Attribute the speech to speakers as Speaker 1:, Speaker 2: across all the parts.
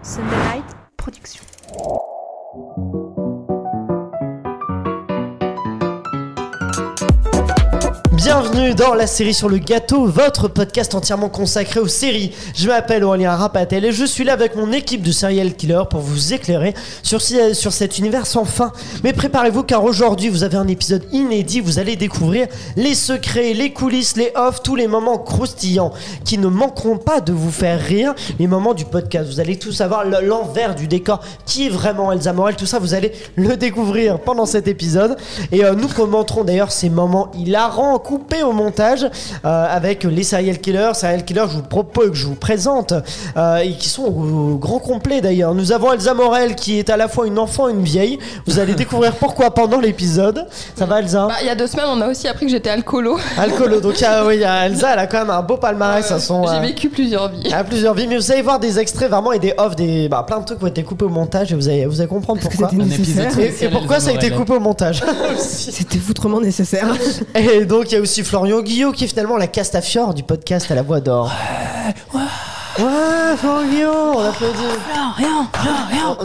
Speaker 1: Sunday Night Production.
Speaker 2: Bienvenue dans la série sur le gâteau, votre podcast entièrement consacré aux séries. Je m'appelle Aurélien Rapatel et je suis là avec mon équipe de serial killer pour vous éclairer sur, ci- euh, sur cet univers sans fin. Mais préparez-vous car aujourd'hui vous avez un épisode inédit, vous allez découvrir les secrets, les coulisses, les offs, tous les moments croustillants qui ne manqueront pas de vous faire rire, les moments du podcast. Vous allez tout savoir l- l'envers du décor, qui est vraiment Elsa Morel, tout ça vous allez le découvrir pendant cet épisode. Et euh, nous commenterons d'ailleurs ces moments hilarants coupés au montage euh, avec les serial killers. Serial killers, je vous propose que je vous présente euh, et qui sont au, au grand complet d'ailleurs. Nous avons Elsa Morel qui est à la fois une enfant et une vieille. Vous allez découvrir pourquoi pendant l'épisode. Ça va Elsa
Speaker 3: Bah, il y a deux semaines, on a aussi appris que j'étais alcoolo.
Speaker 2: Alcoolo. Donc il y a- oui, il y a Elsa, elle a quand même un beau
Speaker 4: Ah
Speaker 2: palmarès. à son,
Speaker 3: J'ai
Speaker 2: euh,
Speaker 3: vécu plusieurs vies.
Speaker 2: à plusieurs vies, mais vous allez voir des extraits vraiment et des offs, des, bah, plein de trucs qui ont été coupés au montage et vous allez, vous allez comprendre pourquoi.
Speaker 5: c'était nécessaire.
Speaker 2: Et- Et, pourquoi ça a été coupé au montage
Speaker 5: C'était foutrement nécessaire.
Speaker 2: Et donc il y a aussi Florian Guillot qui est finalement la castafiore du podcast à la voix d'or. Ouais, Florian Guillot, on applaudit. On- on-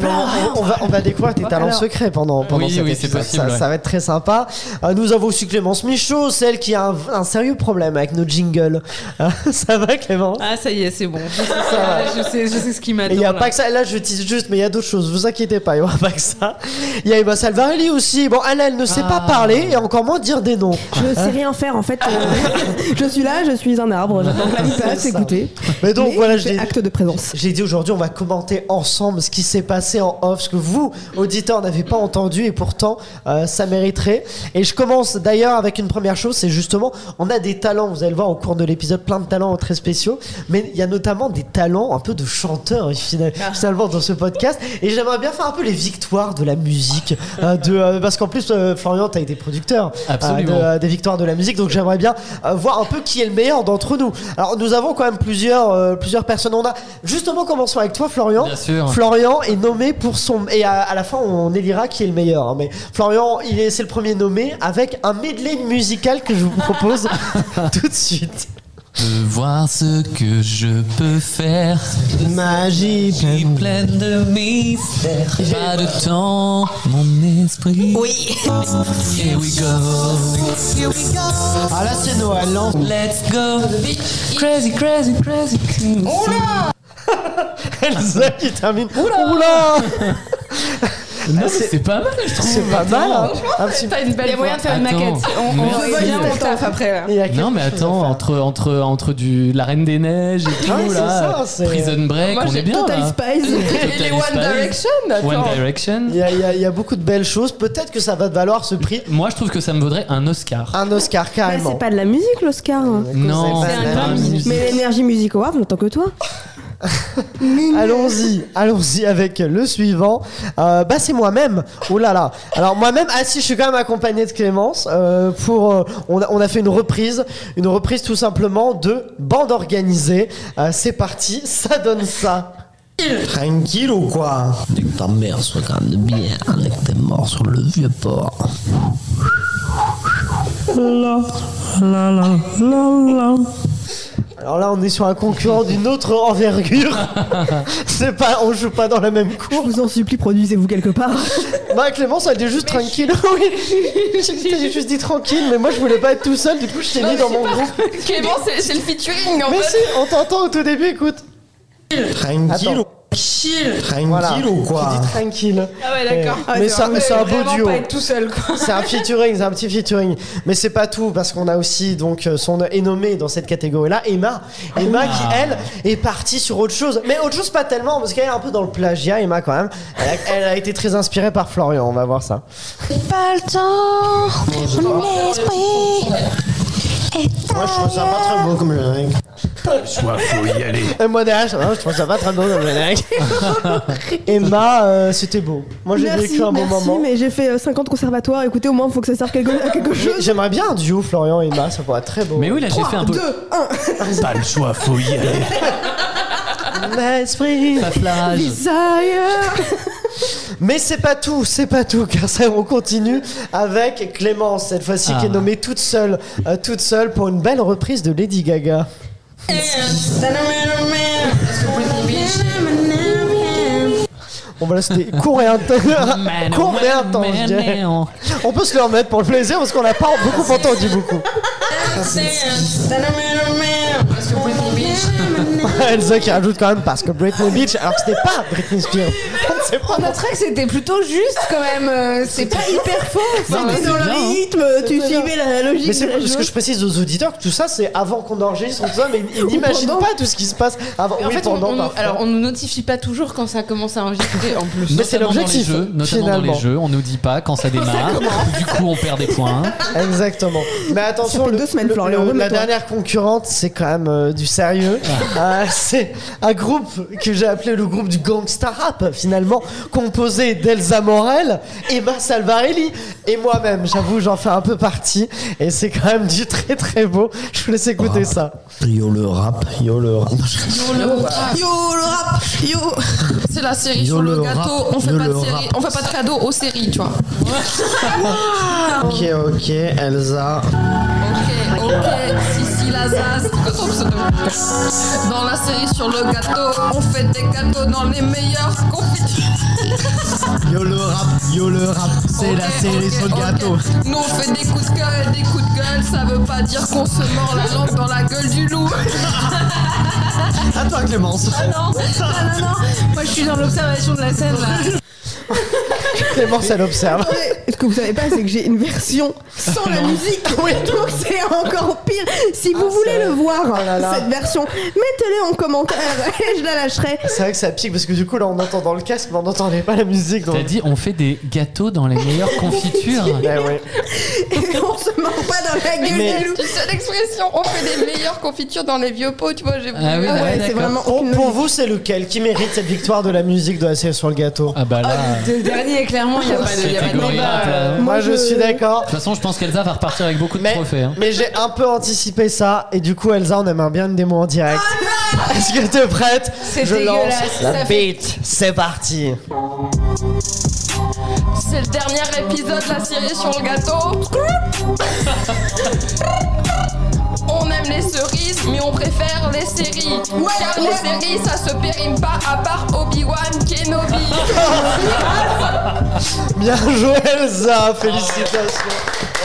Speaker 2: on, va, on va découvrir tes talents secrets pendant, pendant
Speaker 6: Oui,
Speaker 2: cet
Speaker 6: oui, c'est
Speaker 2: épisode.
Speaker 6: possible,
Speaker 2: ça,
Speaker 6: ouais.
Speaker 2: ça va être très sympa. Euh, nous avons aussi Clémence Michaud, celle qui a un, un sérieux problème avec nos jingles. Euh, ça va Clémence
Speaker 7: Ah ça y est, c'est bon. Je sais,
Speaker 2: va.
Speaker 7: je sais, je sais ce qui
Speaker 2: Et
Speaker 7: m'attend.
Speaker 2: il n'y a
Speaker 7: là.
Speaker 2: pas que ça, là je tease juste, mais il y a d'autres choses, vous inquiétez pas, il n'y aura pas que ça. Il y a Emma Salvarelli aussi. Bon, elle, elle ne sait pas parler et encore moins dire des noms.
Speaker 5: Je sais rien faire en fait. Euh, je suis là, je suis un arbre. J'attends que la vie passe,
Speaker 2: C'est ça.
Speaker 5: écoutez.
Speaker 2: Mais donc
Speaker 5: Mais
Speaker 2: voilà,
Speaker 5: je
Speaker 2: je
Speaker 5: fais
Speaker 2: l'ai-
Speaker 5: acte de présence.
Speaker 2: j'ai dit aujourd'hui, on va commenter ensemble ce qui s'est passé en off, ce que vous, auditeurs, n'avez pas entendu et pourtant euh, ça mériterait. Et je commence d'ailleurs avec une première chose, c'est justement, on a des talents, vous allez le voir au cours de l'épisode, plein de talents très spéciaux, mais il y a notamment des talents un peu de chanteurs hein, fina- finalement dans ce podcast. Et j'aimerais bien faire un peu les victoires de la musique, euh, de, euh, parce qu'en plus, euh, Florian, t'as été producteur euh,
Speaker 6: Absolument.
Speaker 2: de- euh, des victoires de la musique, donc j'aimerais bien euh, voir un peu qui est le meilleur d'entre nous. Alors nous avons quand même plusieurs, euh, plusieurs personnes. On a justement commençons avec toi, Florian.
Speaker 6: Bien sûr.
Speaker 2: Florian est nommé pour son et à, à la fin on élira qui est le meilleur. hein, mais Florian, il est c'est le premier nommé avec un medley musical que je vous propose tout de suite.
Speaker 6: peux voir ce que je peux faire.
Speaker 2: Magie.
Speaker 6: Je suis plein de mystère. Pas de temps, mon esprit. Oui. Here we go.
Speaker 2: Ah là c'est Noël. non
Speaker 6: Let's go. Crazy, crazy, crazy. crazy.
Speaker 2: Elsa qui termine. Oula.
Speaker 6: Non, mais
Speaker 2: c'est-
Speaker 6: Ah, c'est pas mal, je trouve.
Speaker 2: C'est pas mal. hein, un petit
Speaker 3: T'as une belle
Speaker 7: Il y a moyen de faire une
Speaker 6: Attends,
Speaker 7: maquette. On, on,
Speaker 6: merci.
Speaker 7: va bien, on taffe après. Là.
Speaker 2: Il y a quelque
Speaker 6: Non mais
Speaker 2: chose à
Speaker 6: attends
Speaker 2: faire.
Speaker 6: entre entre entre du la Reine des Neiges et tout
Speaker 2: Ouais, c'est ça,
Speaker 6: là
Speaker 2: c'est-
Speaker 6: Prison Break
Speaker 3: Moi,
Speaker 6: on
Speaker 3: j'ai
Speaker 6: est bien
Speaker 2: Ah.
Speaker 5: Total
Speaker 6: là
Speaker 5: Spies.
Speaker 3: Et les
Speaker 6: Total
Speaker 3: One
Speaker 6: Spies.
Speaker 3: Direction attends.
Speaker 6: One Direction
Speaker 2: Il y, a- il y a- il y a beaucoup de belles choses. Peut-être que ça va te valoir ce prix.
Speaker 6: moi je trouve que ça me vaudrait un Oscar
Speaker 2: Un Oscar
Speaker 5: Bah,
Speaker 2: carrément.
Speaker 5: c'est pas de la musique l'Oscar.
Speaker 6: non
Speaker 2: C'est
Speaker 7: un
Speaker 6: pas
Speaker 7: homme.
Speaker 6: la musique.
Speaker 5: Mais l'énergie Music Award, en tant que toi.
Speaker 2: Allons-y, allons-y avec le suivant. Euh, bah c'est moi-même. Oh là là. Alors moi-même, ah si, je suis quand même accompagné de Clémence euh, pour. euh, on, a, on a fait une reprise, une reprise tout simplement de bande organisée. Euh, c'est parti, ça donne ça. Tranquille ou quoi
Speaker 8: Avec ta mère sur la de bière, avec tes morts sur le vieux port.
Speaker 2: Alors là, on est sur un concurrent d'une autre envergure. c'est pas, on joue pas dans la même
Speaker 5: Je
Speaker 2: cour.
Speaker 5: vous en supplie, produisez-vous quelque part.
Speaker 2: Bah Clémence, elle dit juste tranquille. oui, j'ai juste dit tranquille, mais moi je voulais pas être tout seul. Du coup, je t'ai mis dans mon groupe.
Speaker 3: Clément, c'est c'est le featuring en
Speaker 2: Mais
Speaker 3: fait.
Speaker 2: si, on t'entend au tout début, écoute.
Speaker 8: Tranquille,
Speaker 2: Attends.
Speaker 8: chill, tranquille
Speaker 2: Voilà.
Speaker 8: ou quoi
Speaker 2: J'ai dit tranquille.
Speaker 7: Ah ouais, d'accord.
Speaker 2: Eh,
Speaker 7: Ah,
Speaker 2: mais
Speaker 7: c'est
Speaker 2: ça-
Speaker 7: vrai,
Speaker 2: c'est un beau
Speaker 7: vraiment
Speaker 2: duo.
Speaker 7: Pas être tout seul quoi.
Speaker 2: C'est un featuring, c'est un petit featuring. Mais c'est pas tout, parce qu'on a aussi donc euh, son est nommé dans cette catégorie-là, Emma. Emma qui, elle, est partie sur autre chose. Mais autre chose, pas tellement, parce qu'elle est un peu dans le plagiat, Emma, quand même. Elle a, elle a été très inspirée par Florian, on va voir ça.
Speaker 9: pas le temps, mon esprit est
Speaker 8: Moi je trouve ça pas très beau comme le mec.
Speaker 2: Et moi, derrière, je hein, je trouve ça pas très beau comme le mec. Emma, euh, c'était beau. Moi, j'ai
Speaker 5: Merci,
Speaker 2: vécu un bon
Speaker 5: merci,
Speaker 2: moment.
Speaker 5: mais j'ai fait euh, 50 conservatoires. Écoutez, au moins, faut que ça serve quelque- à quelque chose.
Speaker 2: J'aimerais bien un duo, Florian et Emma, ça pourrait être très beau.
Speaker 6: mais oui là j'ai fait un peu
Speaker 10: Pas le choix, faut y aller.
Speaker 2: L'esprit.
Speaker 6: Paf la rage.
Speaker 5: Desire.
Speaker 2: Mais c'est pas tout, c'est pas tout, car ça, on continue avec Clémence, cette fois-ci, qui
Speaker 6: Ah.
Speaker 2: est nommée toute seule, euh, toute seule pour une belle reprise de Lady Gaga.
Speaker 9: temps.
Speaker 2: Bon, voilà, c'était court et intense.
Speaker 6: Ah,
Speaker 2: court mais intense, je dirais. On peut se le remettre pour le plaisir parce qu'on l'a pas beaucoup entendu beaucoup. Elsa qui rajoute quand même parce que Britney Beach, alors que c'était pas Britney Spears. On ne sait pas.
Speaker 4: On noterait que c'était plutôt juste quand même. euh, C'est pas hyper faux. enfin,
Speaker 9: C'était dans
Speaker 2: Ah.
Speaker 9: le rythme, tu suivais la logique.
Speaker 2: Mais c'est
Speaker 9: de la
Speaker 2: ce que je
Speaker 9: chose.
Speaker 2: précise aux auditeurs que tout ça c'est avant qu'on enregistre tout ça, mais ils n'imaginent
Speaker 9: pendant.
Speaker 2: pas tout ce qui se passe avant.
Speaker 4: En
Speaker 2: oui,
Speaker 4: fait, on,
Speaker 2: pendant.
Speaker 4: on-
Speaker 2: parfois.
Speaker 4: alors on nous notifie pas toujours quand ça commence à enregistrer en plus.
Speaker 2: Mais c'est
Speaker 6: Notamment dans
Speaker 2: l'objectif,
Speaker 6: les jeux, Notamment dans
Speaker 2: finalement.
Speaker 6: les jeux, on nous dit pas quand ça démarre. du coup, on perd des points.
Speaker 2: Exactement. Mais attention,
Speaker 9: Ça fait deux semaines, Florian, remets-toi.
Speaker 2: la dernière concurrente, c'est quand même euh, du sérieux.
Speaker 9: Ah.
Speaker 2: Euh, c'est un groupe que j'ai appelé le groupe du gangsta rap, finalement, composé d'Elsa Morel, Emma Salvarelli et moi-même. J'avoue, j'en fais un peu partie. Et c'est quand même du très très beau. Je vous laisse écouter
Speaker 9: Ah.
Speaker 2: ça.
Speaker 11: Yo le rap, yo le rap.
Speaker 3: Yo le rap, yo. C'est la série
Speaker 11: Yo
Speaker 3: sur le,
Speaker 11: le
Speaker 3: gâteau.
Speaker 11: rap,
Speaker 3: on fait
Speaker 11: yo
Speaker 3: pas de
Speaker 11: le
Speaker 3: série,
Speaker 11: rap.
Speaker 3: on fait pas de cadeau aux séries, tu vois.
Speaker 11: Ok, ok, Elsa.
Speaker 3: Ok, ok, si si la zaz. C'est quoi ton pseudo Dans la série sur le gâteau, on fait des gâteaux dans les meilleurs confitures.
Speaker 11: Yo le rap, yo le rap. C'est la
Speaker 3: Ok,
Speaker 11: série
Speaker 3: ok,
Speaker 11: sur le
Speaker 3: ok.
Speaker 11: gâteau.
Speaker 3: Nous on fait des coups de cœur et des coups de gueule, ça veut pas dire qu'on se mord la langue dans la gueule du loup.
Speaker 11: À toi, Clémence.
Speaker 4: Ah Non, non, non, non. Moi, je suis dans l'observation de la scène là.
Speaker 2: Clémence, elle observe.
Speaker 9: Attendez, Ce que vous savez pas, c'est que j'ai une version sans la musique. Donc c'est encore pire. Si
Speaker 12: Ah,
Speaker 9: vous voulez le voir,
Speaker 12: Oh
Speaker 2: là.
Speaker 9: cette version, mettez-le en commentaire et je la lâcherai.
Speaker 2: C'est vrai que ça pique parce que du coup, là, on entend dans le casque, mais on n'entendait pas la musique. donc-
Speaker 6: T'as dit, on fait des gâteaux dans les meilleures confitures.
Speaker 2: Eh ouais.
Speaker 9: Et on se mord pas dans la gueule
Speaker 2: Mais-
Speaker 9: du loup.
Speaker 3: C'est une seule expression, on fait des meilleures confitures dans les vieux pots, tu vois, j'ai
Speaker 6: Ah oui,
Speaker 9: Ah ouais, c'est
Speaker 6: d'accord.
Speaker 9: vraiment
Speaker 2: Pour,
Speaker 9: aucune
Speaker 2: pour vous, c'est lequel qui mérite cette victoire de la musique de la série sur le gâteau
Speaker 6: Ah bah là. De
Speaker 4: Le dernier, clairement, il y a pas de il y a pas de
Speaker 6: Catégorie
Speaker 4: débat.
Speaker 6: rap, là.
Speaker 2: Moi, je suis d'accord.
Speaker 6: toute façon, je pense qu'Elsa va repartir avec beaucoup de
Speaker 2: Mais,
Speaker 6: trophées. hein.
Speaker 2: mais j'ai un peu anticipé ça et du coup Elsa on aimerait bien une démo en direct. Est-ce que t'es prête
Speaker 4: C'est
Speaker 2: Je lance
Speaker 4: dégueulasse,
Speaker 2: la
Speaker 4: ça fait-
Speaker 2: beat. C'est parti.
Speaker 3: C'est le dernier épisode de la série sur le gâteau. On aime les cerises, mais on préfère les séries. Car les séries, ça se périme pas à part Obi-Wan Kenobi.
Speaker 2: Bien joué Elsa, félicitations.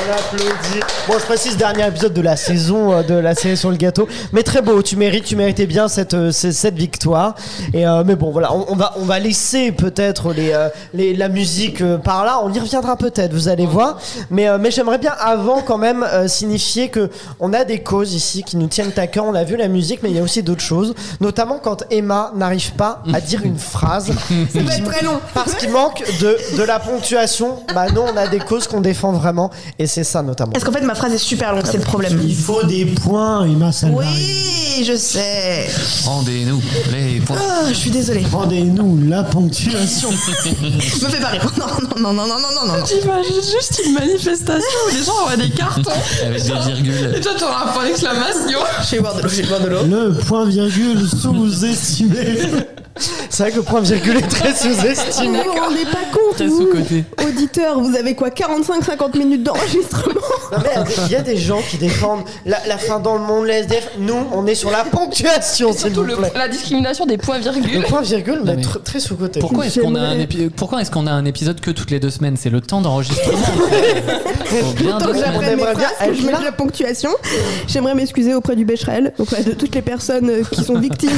Speaker 2: On l'applaudit. Bon, je précise dernier épisode de la saison euh, de la série sur le gâteau, mais très beau. Tu mérites, tu méritais bien cette euh, ce- cette victoire. Et euh, mais bon, voilà, on, on va on va laisser peut-être les, euh, les la musique euh, par là. On y reviendra peut-être. Vous allez voir. Mais euh, mais j'aimerais bien avant quand même euh, signifier que on a des causes ici qui nous tiennent à cœur. On a vu la musique, mais il y a aussi d'autres choses, notamment quand Emma n'arrive pas à dire une phrase.
Speaker 9: Ça va être très long.
Speaker 2: Parce qu'il manque de, de la ponctuation. Bah non, on a des causes qu'on défend vraiment. Et c'est ça notamment.
Speaker 12: Parce qu'en fait, ma phrase est super longue, c'est le problème. Ah
Speaker 11: Il faut des points, Emma Salvarelli.
Speaker 12: Oui, je sais.
Speaker 6: Rendez-nous les points.
Speaker 12: Ah, je suis désolée.
Speaker 11: Rendez-nous la ponctuation.
Speaker 12: Je me fais pas rire. Non, non, non, non, non, non, non. non.
Speaker 3: J'imagine juste une manifestation où les gens auraient des cartons.
Speaker 6: Avec des virgules.
Speaker 3: toi, t'auras un point d'exclamation.
Speaker 12: Je vais boire de l'eau, je vais boire de l'eau.
Speaker 11: Le point virgule sous-estimé.
Speaker 2: C'est vrai que le point virgule est très sous-estimé.
Speaker 9: Vous vous rendez pas compte, vous,
Speaker 6: sous-côté.
Speaker 9: auditeurs, vous avez quoi 45-50 minutes d'enregistrement
Speaker 2: Non, mais euh, il y a des gens qui défendent la, la fin dans le monde, les SDF. Nous, on est sur la ponctuation, s'il
Speaker 3: Surtout
Speaker 2: vous
Speaker 3: le-
Speaker 2: plaît.
Speaker 3: la discrimination des
Speaker 2: Le
Speaker 3: points-virgules.
Speaker 2: point virgule, mais
Speaker 6: mais-
Speaker 2: tr- très sous-côté.
Speaker 6: Pourquoi est-ce qu'on a, un épi- pourquoi est-ce qu'on a un épisode que toutes les deux semaines C'est le temps d'enregistrement. Faut bien
Speaker 9: Tant que
Speaker 6: deux semaines.
Speaker 2: on
Speaker 9: j'apprenne mes
Speaker 2: aimerait bien
Speaker 9: phrases, que
Speaker 2: être
Speaker 9: je mette
Speaker 2: là.
Speaker 9: la ponctuation. J'aimerais m'excuser auprès du Becherel, auprès de toutes les personnes euh, qui sont victimes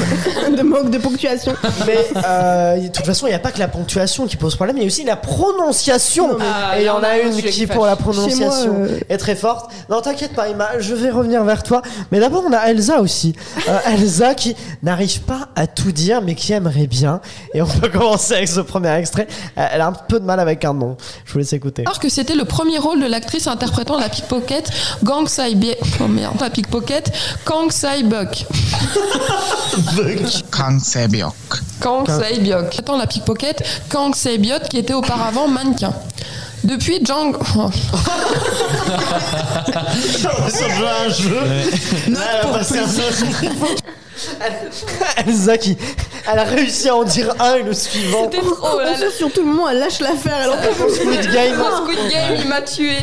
Speaker 9: de manque de ponctuation.
Speaker 2: Mais euh, de toute façon, il n'y a pas que la ponctuation qui pose problème, il y a aussi la prononciation.
Speaker 9: Non, mais-
Speaker 4: Ah,
Speaker 2: Et il y
Speaker 4: non,
Speaker 2: en a
Speaker 4: non,
Speaker 2: une
Speaker 4: je suis
Speaker 2: qui,
Speaker 4: avec
Speaker 2: pour la
Speaker 4: Flash.
Speaker 2: prononciation,
Speaker 9: Chez moi, euh,
Speaker 2: est très forte. Non, t'inquiète pas, Emma, je vais revenir vers toi. Mais d'abord, on a Elsa aussi. Euh, Elsa qui n'arrive pas à tout dire, mais qui aimerait bien. Et on peut commencer avec ce premier extrait. Euh, Elle a un peu de mal avec un nom. Je vous laisse écouter.
Speaker 3: Alors que c'était le premier rôle de l'actrice interprétant la pickpocket Gang Sai-Bie. Oh merde, la pickpocket Kang Sai-Bok.
Speaker 13: Kang Sebiok.
Speaker 3: Kang Seibyok. Attends, la pickpocket, Kang Seibyok qui était auparavant mannequin. Depuis Jang. Oh.
Speaker 2: Elsa qui, elle a réussi à en dire un et le suivant.
Speaker 3: C'était trop. Oh là, le
Speaker 9: Surtout le moment, elle lâche l'affaire. Elle en peut plus.
Speaker 2: Squid Game.
Speaker 3: Squid Game, il m'a tué.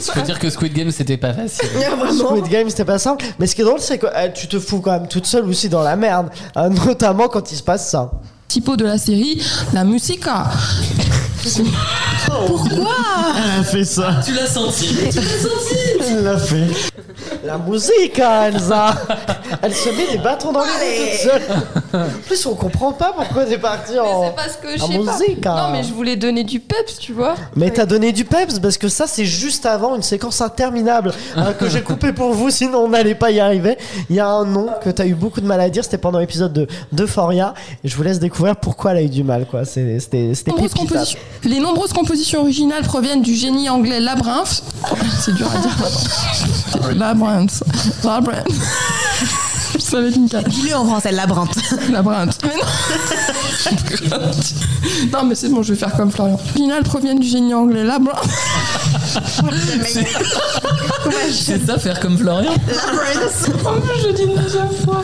Speaker 6: Faut dire que Squid Game c'était pas facile.
Speaker 9: Ah, vraiment.
Speaker 2: Squid Game, c'était pas simple. eh, Mais ce qui est drôle, c'est que euh, tu te fous hein, quand même toute seule aussi dans la merde. Euh, notamment quand il se passe ça.
Speaker 3: typo de la série La Musica. Pourquoi
Speaker 11: Elle a fait ça.
Speaker 6: Tu l'as senti.
Speaker 2: Elle l'a fait. La musique, hein, Elsa. Elle se met des bâtons dans les roues toute seule. En plus, on comprend pas pourquoi t'es parti en.
Speaker 3: C'est parce que je
Speaker 2: en
Speaker 3: sais pas.
Speaker 2: musique, hein.
Speaker 3: Non, mais je voulais donner du peps, tu vois.
Speaker 2: Mais t'as donné du peps parce que ça c'est juste avant une séquence interminable hein, que j'ai coupée pour vous sinon on n'allait pas y arriver. Il y a un nom que t'as eu beaucoup de mal à dire, c'était pendant l'épisode de d'Euphoria et je vous laisse découvrir pourquoi elle a eu du mal quoi. C'est- C'était c'était
Speaker 3: Nombreuses
Speaker 2: pépitable.
Speaker 3: compositions- Les nombreuses compositions originales proviennent du génie anglais Labyrinth. C'est dur à dire. Labyrinth. Labyrinth. Je savais une carte.
Speaker 1: Dis-le en français, labyrinthe.
Speaker 3: Labyrinthe. Mais non Non, mais c'est bon, je vais faire comme Florian. Les originales proviennent du génie anglais Labyrinth.
Speaker 6: C'est ça, faire comme Florian
Speaker 1: Labyrinthe.
Speaker 3: En plus, je dis une deuxième fois.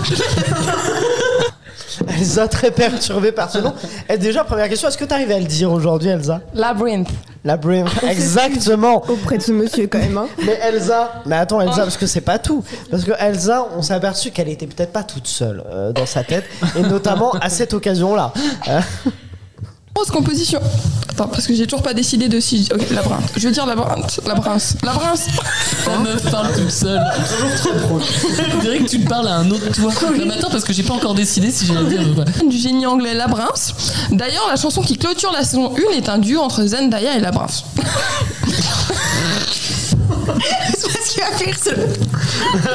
Speaker 2: Elsa très perturbée par ce nom. Et déjà première question, est-ce que t'arrives à le dire aujourd'hui Elsa
Speaker 3: Labyrinth.
Speaker 2: La Brim. Exactement.
Speaker 5: Auprès de ce monsieur, quand même. hein.
Speaker 2: Mais Elsa, mais attends Elsa, parce que c'est pas tout. Parce que Elsa, on s'est aperçu qu'elle était peut-être pas toute seule euh, dans sa tête, et notamment à cette occasion-là. Euh,
Speaker 3: Grosse composition. Attends, parce que j'ai toujours pas décidé de si. Ok, labyrinthe. Je vais dire labyrinthe. Labyrinthe. Labyrinthe.
Speaker 6: La meuf parle toute seule. Hein Toujours trop drôle. On dirait que tu te parles à un autre toi. Non, mais attends, parce que j'ai pas encore décidé si j'allais le dire ou pas.
Speaker 3: du génie anglais Labyrinth. D'ailleurs, la chanson qui clôture la saison 1 est un duo entre Zendaya et Labyrinth.
Speaker 1: C'est parce qu'il va faire ce.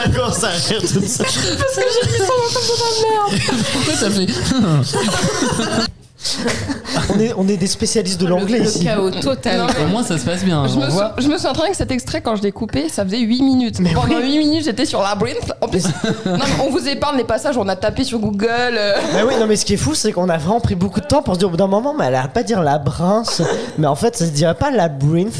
Speaker 2: Elle commence à rire toute seule.
Speaker 3: Parce que j'ai dit ça dans merde.
Speaker 6: Pourquoi t'as fait
Speaker 2: On est, on est des spécialistes de l'anglais ici.
Speaker 7: Chaos total.
Speaker 6: Au moins, ça se passe bien.
Speaker 3: Je
Speaker 6: On
Speaker 3: me, sou-
Speaker 6: voit.
Speaker 3: je me souviens très bien que cet extrait, quand je l'ai coupé, ça faisait 8 minutes.
Speaker 2: Mais
Speaker 3: Pendant
Speaker 2: oui.
Speaker 3: 8 minutes, j'étais sur Labyrinth. En plus, non, mais on vous épargne les passages, on a tapé sur Google. euh.
Speaker 2: Ah oui, non, mais ce qui est fou, c'est qu'on a vraiment pris beaucoup de temps pour se dire au bout d'un moment, mais elle arrête pas de dire la brince, mais en fait, ça se dirait pas la brinf.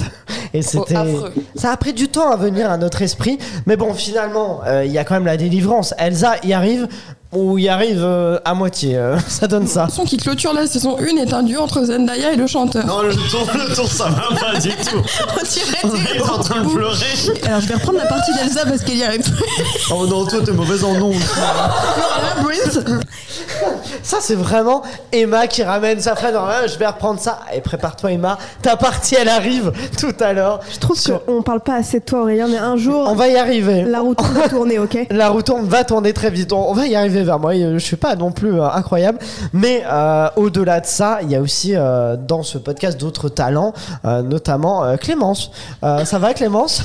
Speaker 2: Et c'était.
Speaker 3: affreux.
Speaker 2: ça a pris du temps à venir à notre esprit, mais bon, finalement, euh, il y a quand même la délivrance. Elsa y arrive, ou y arrive euh, à moitié. euh, ça donne ça.
Speaker 3: La chanson qui clôture la saison 1 est un duo entre Zendaya et le chanteur.
Speaker 11: Non, le ton, le ton, ça va pas du tout.
Speaker 1: On dirait
Speaker 11: On est en train de pleurer.
Speaker 1: Alors je vais reprendre la partie d'Elsa parce qu'elle y arrive plus.
Speaker 11: Oh non, toi, t'es mauvaise en nom.
Speaker 1: Labyrinthe.
Speaker 2: Ça, c'est vraiment Emma qui ramène sa frère. Ah, je vais reprendre ça. Et prépare-toi, Emma. Ta partie, elle arrive tout à l'heure.
Speaker 5: Je trouve qu'on parle pas assez de toi, Aurélien, mais un jour,
Speaker 2: On va y arriver.
Speaker 5: la route va tourner, ok
Speaker 2: La roue tourne, va tourner très vite. On, on va y arriver vers moi. Je suis pas non plus euh, incroyable, mais euh, au-delà de ça, il y a aussi euh, dans ce podcast d'autres talents, euh, notamment euh, Clémence. Euh, ça va, Clémence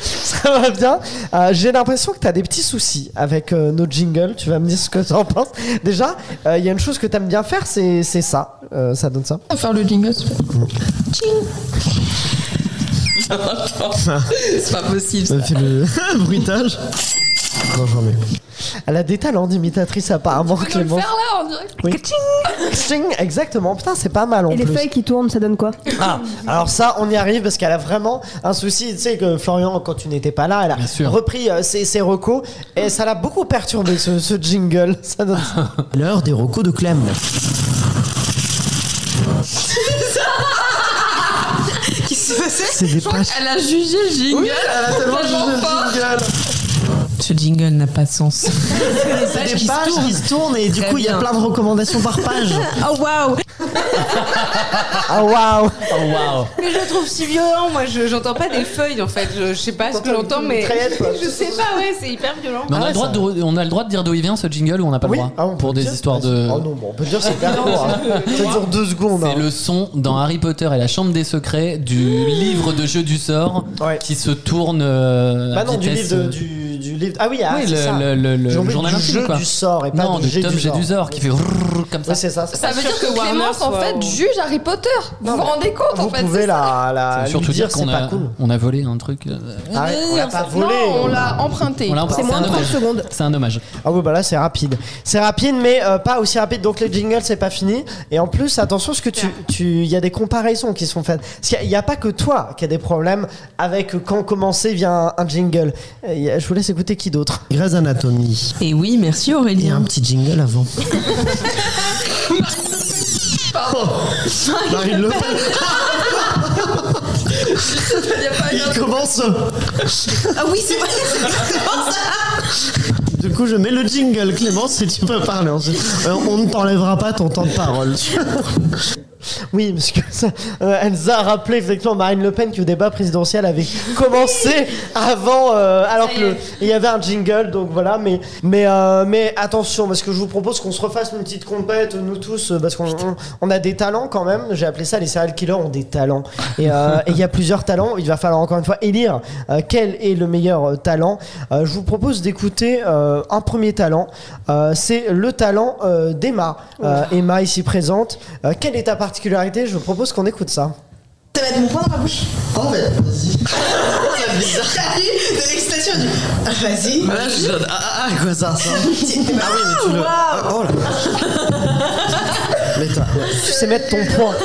Speaker 2: Ça va bien. Euh, J'ai l'impression que tu as des petits soucis avec euh, nos jingles. Tu vas me dire ce que tu en penses. Déjà, euh, il y a une chose que tu aimes bien faire, c'est c'est ça. Euh, ça donne ça.
Speaker 3: On va faire le jingle. s'il te plaît.
Speaker 6: C'est pas possible. ça.
Speaker 11: fait le bruitage. Non, j'en mets.
Speaker 2: Elle a des talents d'imitatrice apparemment,
Speaker 3: Je vais le
Speaker 2: Clémence.
Speaker 3: faire là, on dirait.
Speaker 2: Oui. Ching, Exactement. Putain, c'est pas mal en
Speaker 5: Et les
Speaker 2: plus.
Speaker 5: feuilles qui tournent, ça donne quoi
Speaker 2: Ah, alors ça, on y arrive parce qu'elle a vraiment un souci. Tu sais que Florian, quand tu n'étais pas là, elle
Speaker 6: Bien
Speaker 2: a
Speaker 6: sûr.
Speaker 2: repris euh, ses, ses recos et ça l'a beaucoup perturbé ce, ce jingle. Ça donne ça.
Speaker 8: L'heure des recos de Clem.
Speaker 11: C'est des pages.
Speaker 3: Elle a jugé le jingle.
Speaker 11: elle a tellement
Speaker 3: jugé le
Speaker 1: Ce jingle n'a pas de sens.
Speaker 2: C'est des pages qui se tournent et du coup, il y a plein de recommandations par page.
Speaker 7: Oh waouh
Speaker 2: Ah waouh
Speaker 6: Oh waouh.
Speaker 7: Mais je le trouve si violent, moi je- j'entends pas des feuilles en fait, je, je sais pas ce que j'entends mais.
Speaker 2: Mitraillette, quoi.
Speaker 7: Je sais pas, ouais, c'est hyper violent.
Speaker 6: Mais on, a le droit de, on a le droit de dire d'où il vient ce jingle ou on n'a pas le droit
Speaker 2: Ah, on peut
Speaker 6: Pour
Speaker 2: le
Speaker 6: des
Speaker 2: dire
Speaker 6: histoires de.
Speaker 2: Oh non, bon, on peut dire c'est hyper court, hein. Ça dure deux secondes.
Speaker 6: C'est
Speaker 2: hein.
Speaker 6: le son dans Harry Potter et la Chambre des Secrets du livre de jeu du sort
Speaker 2: Mmh. Ouais.
Speaker 6: qui se tourne. euh, à
Speaker 2: Bah non, du
Speaker 6: vitesse,
Speaker 2: livre, de-
Speaker 6: euh,
Speaker 2: du, du livre. Ah oui, ah,
Speaker 6: Oui,
Speaker 2: c'est ça.
Speaker 6: le, le, le,
Speaker 2: J'ai
Speaker 6: le
Speaker 2: oublié
Speaker 6: journal
Speaker 2: du
Speaker 6: intime,
Speaker 2: jeu
Speaker 6: quoi.
Speaker 2: du sort et pas
Speaker 6: non,
Speaker 2: du
Speaker 6: de
Speaker 2: jet
Speaker 6: Tom
Speaker 2: du sort.
Speaker 6: Gédusor qui fait rrrr comme ça.
Speaker 2: Ouais, c'est ça.
Speaker 3: Ça veut
Speaker 7: sûr
Speaker 3: dire que
Speaker 7: que Warner
Speaker 3: Clémence, en
Speaker 7: soit
Speaker 3: fait,
Speaker 7: au-
Speaker 3: juge Harry Potter. Vous vous rendez compte,
Speaker 2: Vous
Speaker 3: en fait
Speaker 2: pouvez
Speaker 3: c'est
Speaker 2: la,
Speaker 6: Ça
Speaker 2: la
Speaker 6: veut
Speaker 2: lui
Speaker 6: surtout
Speaker 2: dire,
Speaker 6: dire
Speaker 2: c'est
Speaker 6: qu'on
Speaker 2: pas
Speaker 6: a,
Speaker 2: cool.
Speaker 6: on a volé un truc. euh,
Speaker 2: Ah ouais, on l'a pas
Speaker 3: ça.
Speaker 2: volé.
Speaker 3: Non,
Speaker 7: hein.
Speaker 3: on l'a emprunté.
Speaker 6: on l'a emprunté,
Speaker 5: C'est moins
Speaker 6: un
Speaker 5: de 30
Speaker 6: hommage.
Speaker 5: secondes.
Speaker 6: C'est un hommage.
Speaker 2: Ah oui, bah là c'est rapide. C'est rapide, mais euh, pas aussi rapide. Donc les jingles, c'est pas fini. Et en plus, attention, parce que tu, tu, il y a des comparaisons qui sont faites. Parce qu'il n'y a, pas que toi qui a des problèmes avec quand commencer via un, un jingle. Euh, y a- je vous laisse écouter qui d'autre.
Speaker 8: Grey's Anatomy.
Speaker 1: Et oui,
Speaker 8: Il
Speaker 1: merci
Speaker 8: y a un
Speaker 1: Aurélien.
Speaker 8: petit jingle avant.
Speaker 11: Oh. Marine Le Pen,
Speaker 3: Il y a pas eu un-
Speaker 11: il commence.
Speaker 1: Ah oui, c'est vrai.
Speaker 11: Du coup, je mets le jingle, Clémence, si tu peux parler. ensuite. Euh, on ne t'enlèvera pas ton temps de parole.
Speaker 2: Oui, parce que ça, euh, Elsa a rappelé effectivement Marine Le Pen que le débat présidentiel avait commencé avant, euh, alors que le- il y avait un jingle, donc voilà. Mais mais euh, mais attention, parce que je vous propose qu'on se refasse une petite compète nous tous, euh, parce qu'on on, on a des talents quand même. J'ai appelé ça les serial killers ont des talents. Et euh, et il y a plusieurs talents. Il va falloir encore une fois élire euh, quel est le meilleur euh, talent. Euh, je vous propose d'écouter euh, un premier talent. Euh, C'est le talent euh, d'Emma. Euh, Emma ici présente. Euh, quelle est ta particularité Je vous propose qu'on écoute ça.
Speaker 14: te mettre mon poing dans ma bouche. Oh, bah, vas-y. C'est bizarre. T'as vu De l'excitation du. Ah, vas-y.
Speaker 11: Ah, là, je suis là, ah, ah, ah, quoi ça, ça
Speaker 14: Ah oui, mais tu le. Oh là
Speaker 11: Mais t'as-
Speaker 2: Tu sais mettre ton poing.
Speaker 5: Ah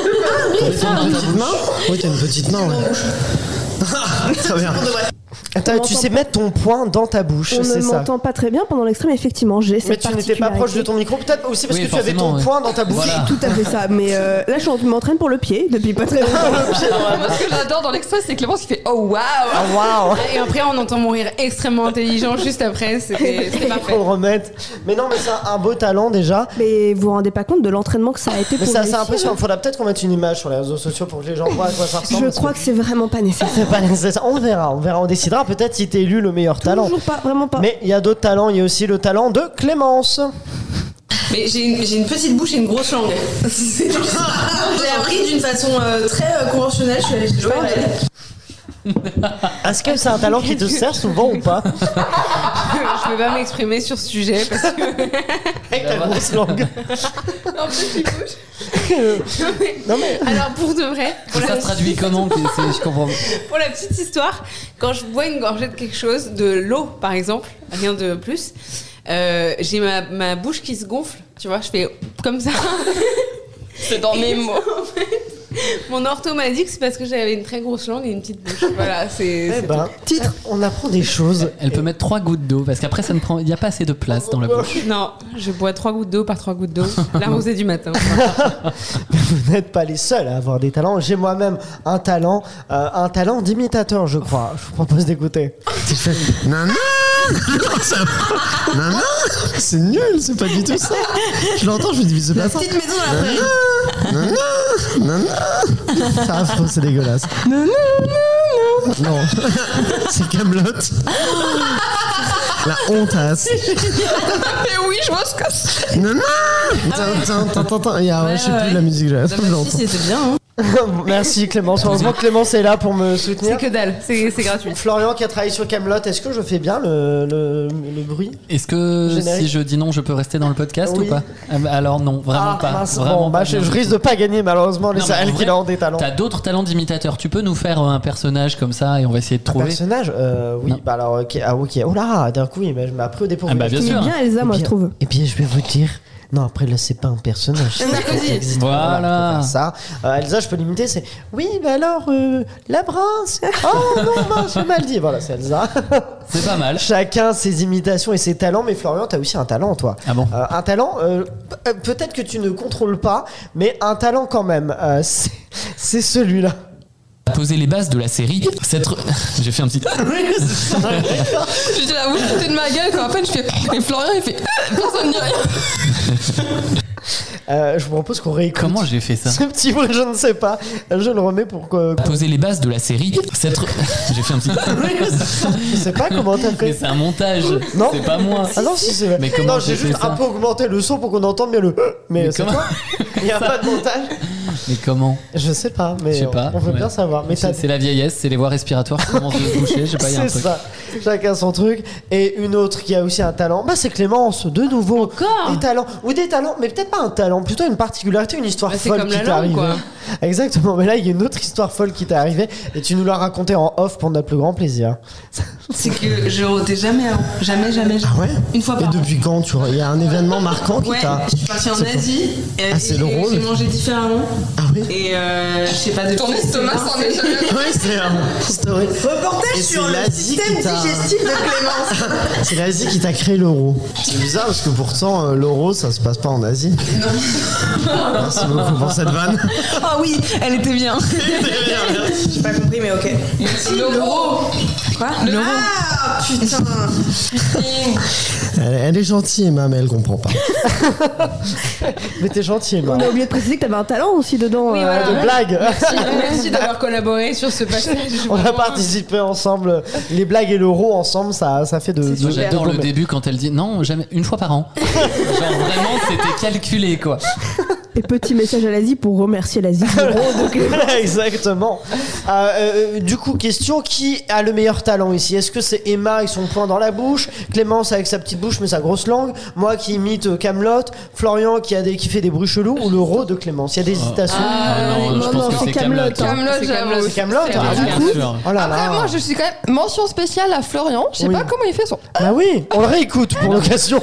Speaker 11: Mais t'as une petite main Oui, t'as une petite main, ouais. Ah, Très bien.
Speaker 2: Attends,
Speaker 5: On
Speaker 2: tu
Speaker 5: m'entend
Speaker 2: sais
Speaker 5: pas.
Speaker 2: mettre ton poing dans ta bouche,
Speaker 5: On ne
Speaker 2: c'est ça.
Speaker 5: m'entend pas très bien pendant l'extrême, effectivement. J'ai
Speaker 2: Mais
Speaker 5: cette
Speaker 2: tu n'étais pas
Speaker 5: particularité.
Speaker 2: proche de ton micro, peut-être aussi parce
Speaker 11: Oui,
Speaker 2: que tu avais ton
Speaker 11: forcément, ouais.
Speaker 2: poing dans ta bouche.
Speaker 11: Voilà.
Speaker 5: Tout à fait ça, mais euh, là je m'entraîne pour le pied depuis pas très longtemps.
Speaker 7: Moi, ce que j'adore dans l'extrait, c'est Clémence qui fait Oh waouh
Speaker 2: Oh, waouh.
Speaker 7: Et après, on entend mon rire extrêmement intelligent juste après. C'était c'était
Speaker 2: Il faut
Speaker 7: parfait.
Speaker 2: le remettre. Mais non, mais c'est un beau talent déjà.
Speaker 5: Mais vous vous rendez pas compte de l'entraînement que ça a été
Speaker 2: Mais
Speaker 5: pour
Speaker 2: ça, c'est
Speaker 5: réussir.
Speaker 2: impressionnant. Faudra peut-être qu'on mette une image sur les réseaux sociaux pour que les gens voient à quoi ça ressemble.
Speaker 5: Je
Speaker 2: parce
Speaker 5: crois que c'est vraiment pas nécessaire.
Speaker 2: C'est pas nécessaire. On verra, on verra, on décidera peut-être si t'es élu le meilleur
Speaker 1: Ah,
Speaker 2: talent.
Speaker 5: Toujours pas, vraiment pas.
Speaker 2: Mais il y a d'autres talents, il y a aussi le talent de Clémence.
Speaker 14: Mais j'ai une, j'ai une petite bouche et une grosse langue. C'est tout ça. j'ai appris d'une façon euh, très euh, conventionnelle. Je suis allée chez le Joël.
Speaker 2: Est-ce que c'est un talent qui te sert souvent ou pas
Speaker 7: je peux pas m'exprimer sur ce sujet parce que.
Speaker 2: Avec ta grosse langue.
Speaker 7: Non, petite bouche.
Speaker 2: Non, mais-
Speaker 7: Alors, pour de vrai, pour
Speaker 6: Ça
Speaker 7: la,
Speaker 6: se traduit comment que c'est- Je comprends.
Speaker 7: pour la petite histoire, quand je bois une gorgée de quelque chose, de l'eau par exemple, rien de plus, euh, j'ai ma, ma bouche qui se gonfle, tu vois, je fais comme ça. C'est dans mes mots. Mon ortho m'a dit que c'est parce que j'avais une très grosse langue et une petite bouche. Voilà, c'est.
Speaker 2: Eh
Speaker 7: c'est
Speaker 2: ben, titre, on apprend des choses.
Speaker 6: Elle peut mettre trois gouttes d'eau parce qu'après ça ne prend, il n'y a pas assez de place
Speaker 2: Oh,
Speaker 6: dans la bouche.
Speaker 7: tout. Non, je bois trois gouttes d'eau par trois gouttes d'eau. La rosée du matin.
Speaker 2: Vous n'êtes pas les seuls à avoir des talents. J'ai moi-même un talent, euh, un talent d'imitateur, je crois. Je vous propose d'écouter.
Speaker 11: Tu fais Nanan Nanan C'est nul, c'est pas du tout ça. Je l'entends, je me dis, mais c'est pas
Speaker 14: La
Speaker 11: ça.
Speaker 14: petite maison dans la prairie.
Speaker 11: Nanan Nanan C'est affreux, c'est dégueulasse.
Speaker 14: Non,
Speaker 11: Non, c'est Camelot. La hontasse.
Speaker 3: Mais oui, je vois ce que c'est.
Speaker 11: Nanan Tintin, tintin, tintin. Et ah ouais, Je sais plus la musique, je la- je l'entends.
Speaker 14: bien.
Speaker 2: Merci Clémence. Heureusement que Clémence est là pour me
Speaker 7: C'est
Speaker 2: soutenir.
Speaker 7: que dalle, c'est c'est gratuit.
Speaker 2: Florian qui a travaillé sur Camelot, est-ce que je fais bien le, le- le bruit
Speaker 6: Est-ce que
Speaker 2: Générique.
Speaker 6: si je dis non, je peux rester dans le podcast
Speaker 2: Oui.
Speaker 6: ou pas Ah bah Alors non, vraiment
Speaker 2: Ah,
Speaker 6: pas.
Speaker 2: mince.
Speaker 6: vraiment
Speaker 2: Bon, bah,
Speaker 6: pas
Speaker 2: je,
Speaker 6: bien
Speaker 2: je
Speaker 6: du
Speaker 2: risque
Speaker 6: tout.
Speaker 2: de pas gagner malheureusement les
Speaker 6: Non, mais en
Speaker 2: elle qui
Speaker 6: vrai,
Speaker 2: ont des talents.
Speaker 6: T'as d'autres talents d'imitateur. Tu peux nous faire euh, un personnage comme ça et on va essayer de
Speaker 2: Un
Speaker 6: trouver.
Speaker 2: personnage euh, Oui, bah alors, ok. Ah, ok. Oh là, d'un coup, il m'a- je m'a pris au dépourvu.
Speaker 6: Ah bah, bien
Speaker 5: Il est
Speaker 6: sûr.
Speaker 5: bien Elsa,
Speaker 2: Et
Speaker 5: moi
Speaker 2: Eh bien-
Speaker 5: je trouve.
Speaker 2: Et puis, je vais vous dire. Non, après, là, c'est pas un personnage. c'est un contexte.
Speaker 6: Voilà.
Speaker 2: on peut faire ça. Euh, Elsa, je peux l'imiter, c'est. Oui, bah alors, euh, la brince. Oh non, mince, j'ai mal dit. Voilà, c'est Elsa.
Speaker 6: C'est pas mal.
Speaker 2: Chacun ses imitations et ses talents, mais Florian, t'as aussi un talent, toi.
Speaker 6: Ah bon
Speaker 2: Euh, un talent, euh, p- euh, peut-être que tu ne contrôles pas, mais un talent quand même. Euh, c'est- c'est celui-là.
Speaker 6: Poser les bases de la série. Cette... re- J'ai fait un petit.
Speaker 3: J'étais là, vous vous foutez de ma gueule quand à peine je fais. Et Florian il fait. Personne ne dit rien.
Speaker 2: Euh, je vous propose qu'on réécoute.
Speaker 6: Comment j'ai fait ça
Speaker 2: ce petit bruit, je ne sais pas. Je le remets pour que.
Speaker 6: Poser les bases de la série. Cette... re- J'ai fait un petit.
Speaker 2: Je sais pas Ah, comment t'as
Speaker 6: Mais
Speaker 2: fait.
Speaker 6: c'est un montage.
Speaker 2: Non.
Speaker 6: C'est pas moi.
Speaker 2: Ah non, si, c'est vrai.
Speaker 6: Mais comment
Speaker 2: Non, j'ai
Speaker 6: j'ai fait
Speaker 2: juste un
Speaker 6: ça
Speaker 2: peu augmenté le son pour qu'on entende bien le. "euh", Mais,
Speaker 6: Mais
Speaker 2: c'est
Speaker 6: comment-
Speaker 2: toi Il n'y a pas de montage
Speaker 6: Mais comment
Speaker 2: Je sais pas, mais
Speaker 6: Je sais pas.
Speaker 2: on veut
Speaker 6: Ouais.
Speaker 2: bien savoir. Mais t'as-
Speaker 6: C'est c'est la vieillesse, c'est les voies respiratoires qui commencent de se boucher. Je sais pas, il y a un
Speaker 2: C'est
Speaker 6: truc.
Speaker 2: ça. Chacun son truc. Et une autre qui a aussi un talent, bah c'est Clémence, de nouveau.
Speaker 7: Encore
Speaker 2: Des talents. Ou des talents, mais peut-être pas un talent, plutôt une particularité, une histoire
Speaker 7: Bah, c'est
Speaker 2: folle
Speaker 7: comme
Speaker 2: qui
Speaker 7: la
Speaker 2: t'est
Speaker 7: langue,
Speaker 2: arrivée.
Speaker 7: quoi.
Speaker 2: Exactement, mais là il y a une autre histoire folle qui t'est arrivée et tu nous l'as racontée en off pour notre plus grand plaisir.
Speaker 14: C'est que je rotais jamais avant. Jamais, jamais, jamais.
Speaker 11: Ah ouais
Speaker 14: Une fois
Speaker 11: Et
Speaker 14: par an.
Speaker 11: depuis quand tu Il y a un événement marquant qui
Speaker 14: Ouais,
Speaker 11: t'a.
Speaker 14: je suis partie en
Speaker 11: C'est
Speaker 14: Asie et,
Speaker 11: Ah, c'est
Speaker 14: et
Speaker 11: drôle.
Speaker 14: j'ai mangé différemment.
Speaker 11: Ah oui
Speaker 14: Et euh, je sais pas depuis.
Speaker 3: Ton estomac
Speaker 14: c'est
Speaker 3: s'en est jamais.
Speaker 11: Ouais, c'est un historique.
Speaker 14: Reportage
Speaker 11: Et
Speaker 14: sur
Speaker 11: c'est
Speaker 14: le
Speaker 11: l'Asie
Speaker 14: système
Speaker 11: qui t'a-
Speaker 14: digestif de Clémence.
Speaker 11: C'est l'Asie qui t'a créé l'euro. C'est bizarre parce que pourtant euh, l'euro ça se passe pas en Asie. Merci beaucoup pour cette vanne.
Speaker 14: Ah oui, elle était bien. J'ai pas compris, mais ok. L'euro. Quoi L'euro. Ah putain.
Speaker 11: Elle, elle est gentille, Emma, mais elle comprend pas.
Speaker 2: Mais t'es gentil, Emma.
Speaker 5: On a oublié de préciser que t'avais un talent aussi dedans.
Speaker 7: Oui,
Speaker 5: euh,
Speaker 7: voilà.
Speaker 5: de
Speaker 2: blague.
Speaker 7: Merci, merci d'avoir collaboré sur ce passage.
Speaker 2: On a participé ensemble. Les blagues et l'euro ensemble, ça, ça fait de. de-
Speaker 6: Moi, j'adore
Speaker 2: de-
Speaker 6: le début quand elle dit non, jamais, une fois par an. Genre vraiment, c'était calculé quoi.
Speaker 5: Et petit message à l'Asie pour remercier l'Asie
Speaker 1: Oh,
Speaker 5: de l'euro. donc, les-
Speaker 2: Voilà, exactement. Euh, euh, du coup, question qui a le meilleur talent ici Est-ce que c'est Emma avec son poing dans la bouche, Clémence avec sa petite bouche mais sa grosse langue, moi qui imite euh, Camelot, Florian qui a des, qui fait des bruits chelous ou le rot de Clémence Il y a des hésitations.
Speaker 6: Ah, non, je pense que c'est Kaamelott, hein.
Speaker 3: Kaamelott, j'avoue.
Speaker 2: C'est Camelot.
Speaker 3: C'est vrai.
Speaker 2: Oh là
Speaker 3: Après,
Speaker 2: là.
Speaker 3: moi, je suis quand même mention spéciale à Florian. Je Ah sais
Speaker 2: Oui.
Speaker 3: pas comment il fait son.
Speaker 2: Bah oui, on le réécoute pour l'occasion.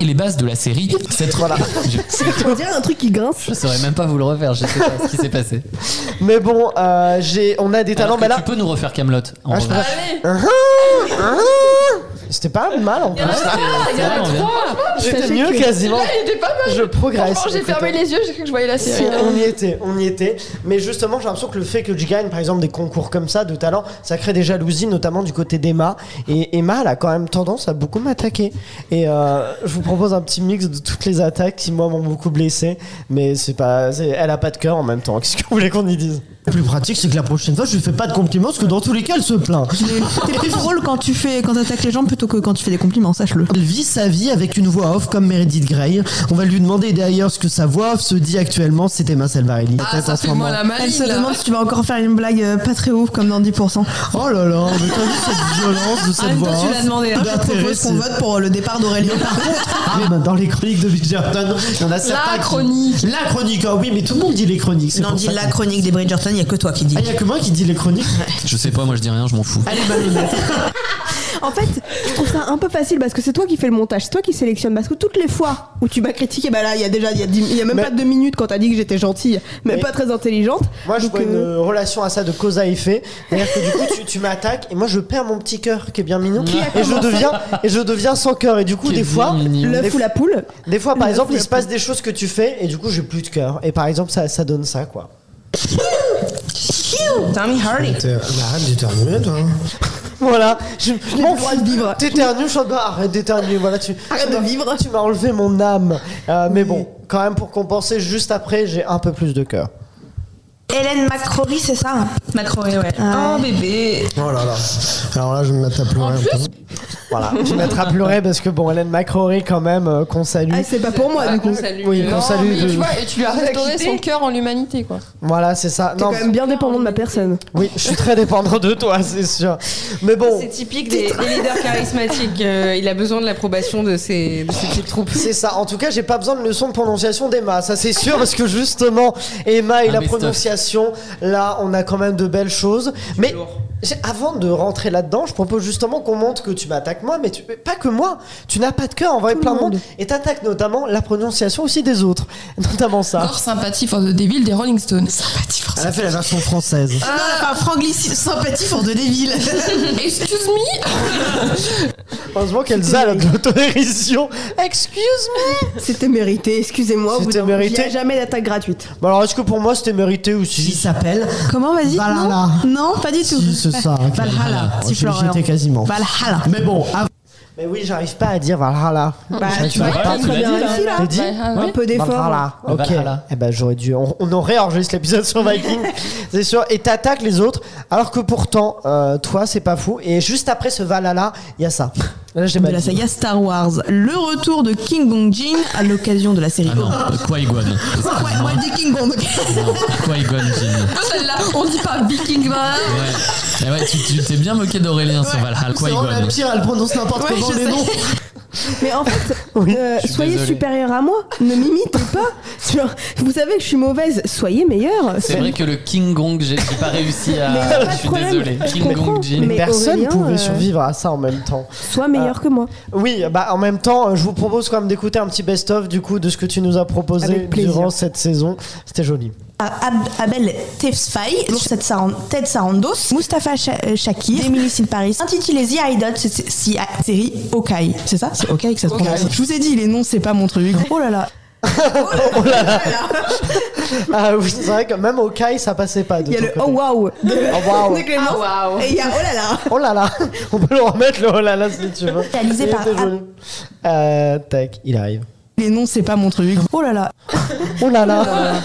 Speaker 6: Et les bases de la série, cette voilà. Je,
Speaker 5: On dirait un truc qui grince.
Speaker 6: je saurais même pas vous le refaire, je sais pas ce qui s'est passé.
Speaker 2: Mais bon, euh, j'ai, on a des talents.
Speaker 6: Alors que
Speaker 2: mais là,
Speaker 6: Tu peux nous refaire Camelot en
Speaker 2: Ah, je
Speaker 6: revanche.
Speaker 2: préfère- Ah, ah. C'était pas mal en plus.
Speaker 6: Ah,
Speaker 3: Il y en a trois.
Speaker 2: C'était
Speaker 5: Sachez
Speaker 2: mieux
Speaker 5: que-
Speaker 2: quasiment.
Speaker 3: Là, il était pas mal.
Speaker 2: Je progresse.
Speaker 3: Franchement, j'ai fermé les yeux, j'ai cru que je voyais la
Speaker 2: Si,
Speaker 3: série.
Speaker 2: on y était, on y était. Mais justement, j'ai l'impression que le fait que tu gagnes, par exemple, des concours comme ça de talent, ça crée des jalousies, notamment du côté d'Emma. Et Emma, elle a quand même tendance à beaucoup m'attaquer. Et euh, je vous propose un petit mix de toutes les attaques qui, moi, m'ont beaucoup blessé. Mais c'est pas, c'est- elle a pas de cœur en même temps. Qu'est-ce que vous voulez qu'on y dise
Speaker 11: Le plus pratique, c'est que la prochaine fois, je lui fais pas de compliments parce que dans tous les cas, elle se plaint.
Speaker 1: T'es plus drôle quand tu fais, quand t'attaques les gens plutôt que quand tu fais des compliments, sache-le.
Speaker 11: Elle vit sa vie avec une voix off comme Meredith Grey. On va lui demander d'ailleurs ce que sa voix off se dit actuellement. C'était Emma Salvarelli.
Speaker 3: Ah, ça
Speaker 11: en ce
Speaker 3: fait moi
Speaker 11: moment.
Speaker 3: la
Speaker 1: Elle se
Speaker 3: maline. là.
Speaker 1: demande si tu vas encore faire une blague euh, pas très ouf comme dans 10%.
Speaker 11: Oh là là, mais t'as vu cette violence de cette
Speaker 1: même temps,
Speaker 11: voix
Speaker 1: tu
Speaker 11: off
Speaker 1: l'as demandé, hein.
Speaker 11: Tout
Speaker 1: Je propose
Speaker 11: d'intérêt,
Speaker 1: qu'on
Speaker 11: c'est-
Speaker 1: vote pour le départ d'Aurélien.
Speaker 11: Mais par contre, ah, mais dans les chroniques de Bridgerton, il y en a certains. qui-
Speaker 3: chronique.
Speaker 11: La chronique, ah oui, mais tout le monde dit les chroniques. c'est
Speaker 1: Non,
Speaker 11: pour
Speaker 1: dis
Speaker 11: ça
Speaker 1: la
Speaker 11: que-
Speaker 1: chronique des Bridgerton, il n'y a que toi qui dis.
Speaker 11: Ah, il y a que moi qui dis les chroniques.
Speaker 6: Je sais pas, moi je dis rien, je m'en
Speaker 2: Ah,
Speaker 6: fous.
Speaker 11: Allez, bah, les mecs.
Speaker 5: En fait, je trouve ça un peu facile parce que c'est toi qui fais le montage, c'est toi qui sélectionne. Parce que toutes les fois où tu m'as critiqué, bah là, il y a déjà, il y a, dix- il y a même
Speaker 2: Mais-
Speaker 5: pas deux minutes quand t'as dit que j'étais gentille, mais,
Speaker 2: Mais-
Speaker 5: pas très intelligente.
Speaker 2: Moi, je
Speaker 5: Donc,
Speaker 2: vois une
Speaker 5: euh,
Speaker 2: euh, relation à ça de cause à effet. C'est-à-dire que du coup, tu, tu m'attaques et moi, je perds mon petit cœur qui est bien mignon. Et je deviens, et je deviens sans cœur. Et du coup,
Speaker 6: Qui est
Speaker 2: des fois,
Speaker 6: bien mignon.
Speaker 2: des
Speaker 5: L'œuf ou la poule Ah,
Speaker 2: Des fois, par
Speaker 5: Le
Speaker 2: exemple, il
Speaker 5: flop.
Speaker 2: se passe des choses que tu fais et du coup, j'ai plus de cœur. Et par exemple, ça, ça donne ça, quoi.
Speaker 14: Tommy Hardy.
Speaker 11: T'es- bah, arrête d'éternuer, toi. hein.
Speaker 2: Voilà. Je,
Speaker 5: n'ai plus le droit de vivre.
Speaker 2: T'éternues, je suis en mode, ah, arrête d'éternuer. Voilà, tu.
Speaker 5: Arrête
Speaker 2: tu
Speaker 5: de
Speaker 2: m'as-
Speaker 5: vivre.
Speaker 2: Tu m'as enlevé mon âme. Euh, mais bon, quand même, pour compenser, juste après, j'ai un peu plus de cœur.
Speaker 14: Hélène Macrory, c'est ça Macrory, ouais. Oh bébé.
Speaker 11: Oh là là. Alors là, je vais me mettre à pleurer un peu.
Speaker 2: Voilà. tu m'as à pleurer parce que bon, Hélène Macrory, quand même, euh, qu'on salue.
Speaker 5: ah, c'est pas pour moi du coup. T'es
Speaker 7: Salut.
Speaker 2: oui, qu'on
Speaker 3: Non,
Speaker 2: salue.
Speaker 3: mais
Speaker 2: de-
Speaker 3: tu vois, et tu lui as restauré son cœur en l'humanité, quoi.
Speaker 2: Voilà, c'est ça.
Speaker 5: quand même bien dépendant de ma personne.
Speaker 2: Oui, je suis très dépendant de toi, c'est sûr. Mais bon,
Speaker 7: C'est typique des, des leaders charismatiques. euh, il a besoin de l'approbation de ses, de ses petites troupes.
Speaker 2: c'est ça. En tout cas, j'ai pas besoin de leçon de prononciation d'Emma, ça c'est sûr, parce que justement, Emma
Speaker 11: Ah,
Speaker 2: et
Speaker 6: Un
Speaker 2: la
Speaker 6: best-of.
Speaker 2: prononciation, là, on a quand même de belles choses. Mais j'ai- avant de rentrer là-dedans, je propose justement qu'on montre que tu m'attaques moi, mais tu- mais pas que moi. Tu n'as pas de cœur, en vrai, plein de monde. Et t'attaques notamment la prononciation aussi des autres. Notamment ça.
Speaker 3: Corps sympathie for the devil des Rolling Stones. Sympathie for
Speaker 11: Elle a fait la version française.
Speaker 1: Ah, Franck sympathie pour de Deville.
Speaker 3: Excuse me
Speaker 2: Heureusement qu'Elsa elle a de l'auto-dérision. Excuse me
Speaker 5: C'était mérité, excusez-moi. au bout
Speaker 2: C'était
Speaker 5: d'un moment,
Speaker 2: mérité.
Speaker 5: il y a jamais d'attaque gratuite.
Speaker 2: Bon, alors, est-ce que pour moi, c'était mérité aussi
Speaker 11: Qui s'appelle
Speaker 1: Comment vas-y
Speaker 11: Valhalla.
Speaker 1: Non, non, pas du tout.
Speaker 11: Si, c'est ça.
Speaker 1: Valhalla, petit
Speaker 11: J'y-
Speaker 1: Florian.
Speaker 11: J'étais quasiment.
Speaker 1: Valhalla.
Speaker 11: Mais bon, avant-
Speaker 2: Mais oui, j'arrive pas à dire Valhalla.
Speaker 5: Bah, tu
Speaker 6: vois,
Speaker 5: vois,
Speaker 6: pas,
Speaker 5: t'as
Speaker 6: tu
Speaker 5: très
Speaker 6: l'as
Speaker 5: bien
Speaker 6: dit,
Speaker 5: réussi là.
Speaker 2: T'as dit
Speaker 5: Un peu
Speaker 11: Bah,
Speaker 5: d'effort.
Speaker 2: Valhalla.
Speaker 6: Le
Speaker 2: Ok.
Speaker 6: Valhalla.
Speaker 2: Eh ben j'aurais dû. On, on aurait enregistré l'épisode sur Viking, c'est sûr. Et t'attaques les autres, alors que pourtant, euh, toi, c'est pas fou. Et juste après ce Valhalla, il y a ça. Là, j'ai
Speaker 1: De
Speaker 2: mal
Speaker 1: la
Speaker 2: dit.
Speaker 1: saga Star Wars, le retour de King Gong Jin à l'occasion de la série.
Speaker 6: Ah non, euh, Qui-Gon.
Speaker 1: Ouais, moi je dis King Gong.
Speaker 6: Non, Qui-Gon Jinn.
Speaker 3: Ah, Celle-là, on dit pas Viking Valhalla.
Speaker 6: Ouais. Eh ouais, tu tu t'es bien moqué d'Aurélien sur Valhalla.
Speaker 11: C'est vraiment la
Speaker 6: Qui-Gon.
Speaker 11: pire, elle prononce n'importe
Speaker 1: Ouais,
Speaker 11: comment
Speaker 1: je
Speaker 11: les
Speaker 1: sais.
Speaker 11: noms.
Speaker 5: Mais en fait, euh,
Speaker 6: suis
Speaker 5: soyez
Speaker 6: désolé.
Speaker 5: supérieur à moi, ne m'imitez pas. Genre, vous savez que je suis mauvaise, soyez meilleur.
Speaker 6: C'est vrai que le King Gong, j'ai j'ai pas réussi à. je suis désolé.
Speaker 5: je
Speaker 6: King
Speaker 5: comprends,
Speaker 6: Gong Jin.
Speaker 5: mais
Speaker 2: Personne
Speaker 5: Aurélien,
Speaker 2: pouvait
Speaker 5: euh,
Speaker 2: survivre à ça en même temps.
Speaker 5: Sois
Speaker 6: Ah.
Speaker 5: meilleur que moi.
Speaker 2: Oui, bah en même temps, euh, je vous propose quand même d'écouter un petit best-of du coup de ce que tu nous as proposé
Speaker 5: Avec plaisir.
Speaker 2: durant cette saison. C'était joli.
Speaker 9: Ah, Ab- Abel Tefsfay, Ted Saran- Ted Sarandos, Mustafa Sha- euh, Shakir, Emily Sid Paris, intitulé The Idol, c'est- c'est- si- série Okai. C'est ça C'est Okai que ça se prononce. Je vous ai dit, les noms, c'est pas mon truc. Oh là là.
Speaker 2: Oh là là. Ah oui, c'est vrai que même au Kai, ça passait pas. Il
Speaker 5: y a le oh
Speaker 2: waouh
Speaker 5: de-
Speaker 2: oh, wow.
Speaker 5: de Clémence. Ah, wow. Et il y a oh là là.
Speaker 2: Oh là là. On peut le remettre le oh là là si tu veux.
Speaker 9: Réalisé
Speaker 2: Il
Speaker 9: par-
Speaker 2: était joli. Euh, tac, il arrive.
Speaker 3: Les noms, c'est pas mon truc.
Speaker 9: Oh là là.
Speaker 2: Oh là là.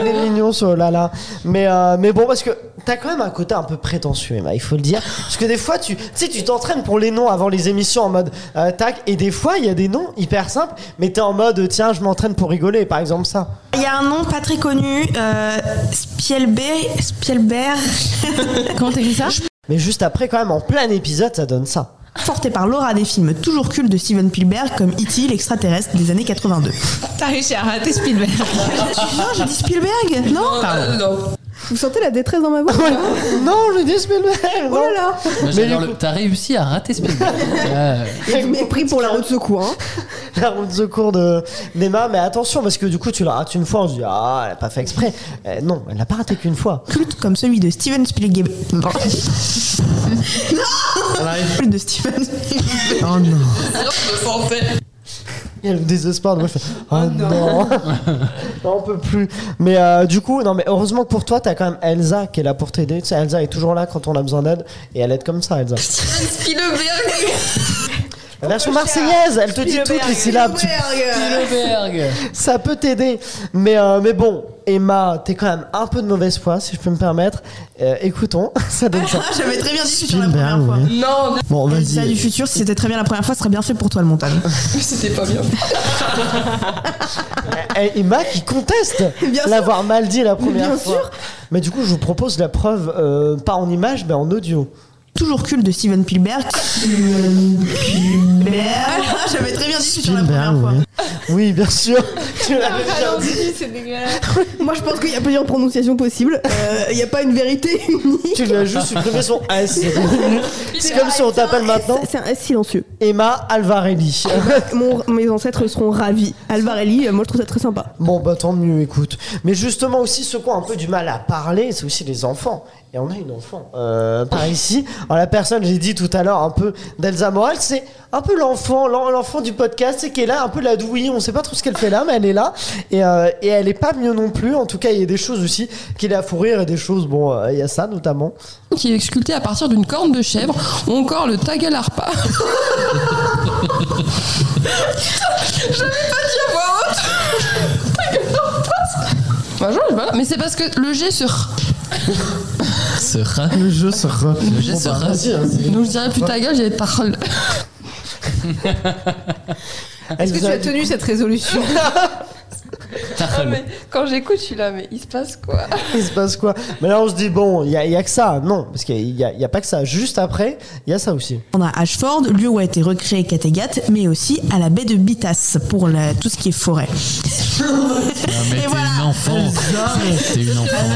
Speaker 2: Il est mignon ce oh là là. Mais, euh, mais bon, parce que t'as quand même un côté un peu prétentieux, Emma, il faut le dire. Parce que des fois, tu tu sais, tu t'entraînes pour les noms avant les émissions en mode euh, tac. Et des fois, il y a des noms hyper simples, mais t'es en mode tiens, je m'entraîne pour rigoler, par exemple ça.
Speaker 9: Il y a un nom pas très connu, euh, Spielberg. Spielberg.
Speaker 3: Comment t'écris ça
Speaker 2: Mais juste après, quand même, en plein épisode, ça donne ça.
Speaker 9: Porté par l'aura des films toujours cultes de Steven Spielberg comme E.T. l'extraterrestre des années 82.
Speaker 14: T'as réussi à rater Spielberg.
Speaker 3: Oh,
Speaker 9: Non, j'ai dit Spielberg Non Ah
Speaker 14: euh, non.
Speaker 5: Vous sentez la détresse dans ma voix
Speaker 2: Non, je dis Spielberg.
Speaker 5: Oh là là.
Speaker 6: Moi, j'adore le- T'as réussi à rater Spielberg. Ouais.
Speaker 5: Et vous m'avez pris pour la route de secours. Hein.
Speaker 2: la route de secours de d'Emma, mais attention parce que du coup tu la rates une fois, on se dit ah elle a pas fait exprès. Eh, non, elle l'a pas raté qu'une fois.
Speaker 9: Culte comme celui de Steven Spielberg. Non Culte de Steven.
Speaker 11: Oh non.
Speaker 2: Il y a le désespoir de moi, je fais, oh non, on on peut plus. Mais euh, du coup, non mais heureusement que pour toi t'as quand même Elsa qui est là pour t'aider. Tu sais, Elsa est toujours là quand on a besoin d'aide et elle aide comme ça Elsa.
Speaker 14: Spielberg.
Speaker 2: La version marseillaise, elle te dit toutes les syllabes. tu-
Speaker 6: Spielberg.
Speaker 2: ça peut t'aider. Mais, euh, mais bon, Emma, t'es quand même un peu de mauvaise foi, si je peux me permettre. Euh, écoutons, ça donne ça.
Speaker 9: Ah, J'avais très bien dit sur la première
Speaker 11: Spielberg,
Speaker 9: fois.
Speaker 11: ouais.
Speaker 14: Non,
Speaker 11: Bon,
Speaker 9: Ça du
Speaker 11: vas-y.
Speaker 9: futur, si c'était très bien la première fois, ce serait bien fait pour toi le montage.
Speaker 14: c'était pas bien.
Speaker 2: Eh, Emma qui conteste
Speaker 5: Bien sûr.
Speaker 2: l'avoir mal dit la première
Speaker 5: bien
Speaker 2: fois.
Speaker 5: sûr.
Speaker 2: Mais du coup, je vous propose la preuve, euh, pas en image, mais en audio.
Speaker 9: Toujours culte de Steven Spielberg. Spielberg. J'avais très bien dit sur la première
Speaker 11: Spielberg,
Speaker 9: fois.
Speaker 11: ouais.
Speaker 2: Oui, bien sûr. Tu l'avais déjà dit.
Speaker 7: Ralenti, c'est dégueulasse.
Speaker 5: Moi, je pense qu'il y a plusieurs prononciations possibles. Euh, Il n'y a pas une vérité unique.
Speaker 2: Tu lui as juste supprimé son S. C'est comme si on t'appelle maintenant
Speaker 5: C'est un S silencieux.
Speaker 2: Emma Alvarelli.
Speaker 5: Mon- mes ancêtres seront ravis. Alvarelli, euh, moi, je trouve ça très sympa.
Speaker 2: Bon, bah tant mieux, écoute. Mais justement, aussi, ceux qui ont un peu du mal à parler, c'est aussi les enfants. Et on a une enfant euh, par ici. Alors, la personne, j'ai dit tout à l'heure, un peu d'Elsa Moral, c'est un peu l'enfant, l'en- l'enfant du podcast, c'est qui est là, un peu la douille. On sait pas trop ce qu'elle fait là, mais elle est là. Et, euh, et elle est pas mieux non plus. En tout cas, il y a des choses aussi qu'il a à fourrir et des choses, bon, euh, il y a ça notamment.
Speaker 3: qui est sculpté à partir d'une corne de chèvre ou encore le tagalarpa. J'avais pas dit à voix haute. Tagalarpa. Bah, je- voilà. Mais c'est parce que le G sur.
Speaker 6: Ce rat.
Speaker 11: Le jeu se re.
Speaker 6: Le geste
Speaker 11: Bon, bah,
Speaker 6: rat.
Speaker 11: vas-y, hein, c'est-
Speaker 3: Donc je dirais plus ta gueule, j'ai ta rôle.
Speaker 7: Ah, Est-ce que tu
Speaker 2: Elle nous a
Speaker 7: as
Speaker 2: dit-
Speaker 7: tenu cette résolution
Speaker 6: Tarol.
Speaker 3: Quand j'écoute, je suis là, mais il se passe quoi
Speaker 2: Il se passe quoi Mais là, on se dit, bon, il y a, il y a que ça. Non, parce qu'il y a, il y a pas que ça. Juste après, il y a ça aussi.
Speaker 9: On a Ashford, lieu où a été recréé Kattegat, mais aussi à la baie de Bitas pour la- tout ce qui est forêt.
Speaker 6: Non, mais t'es une enfant. T'es une enfant.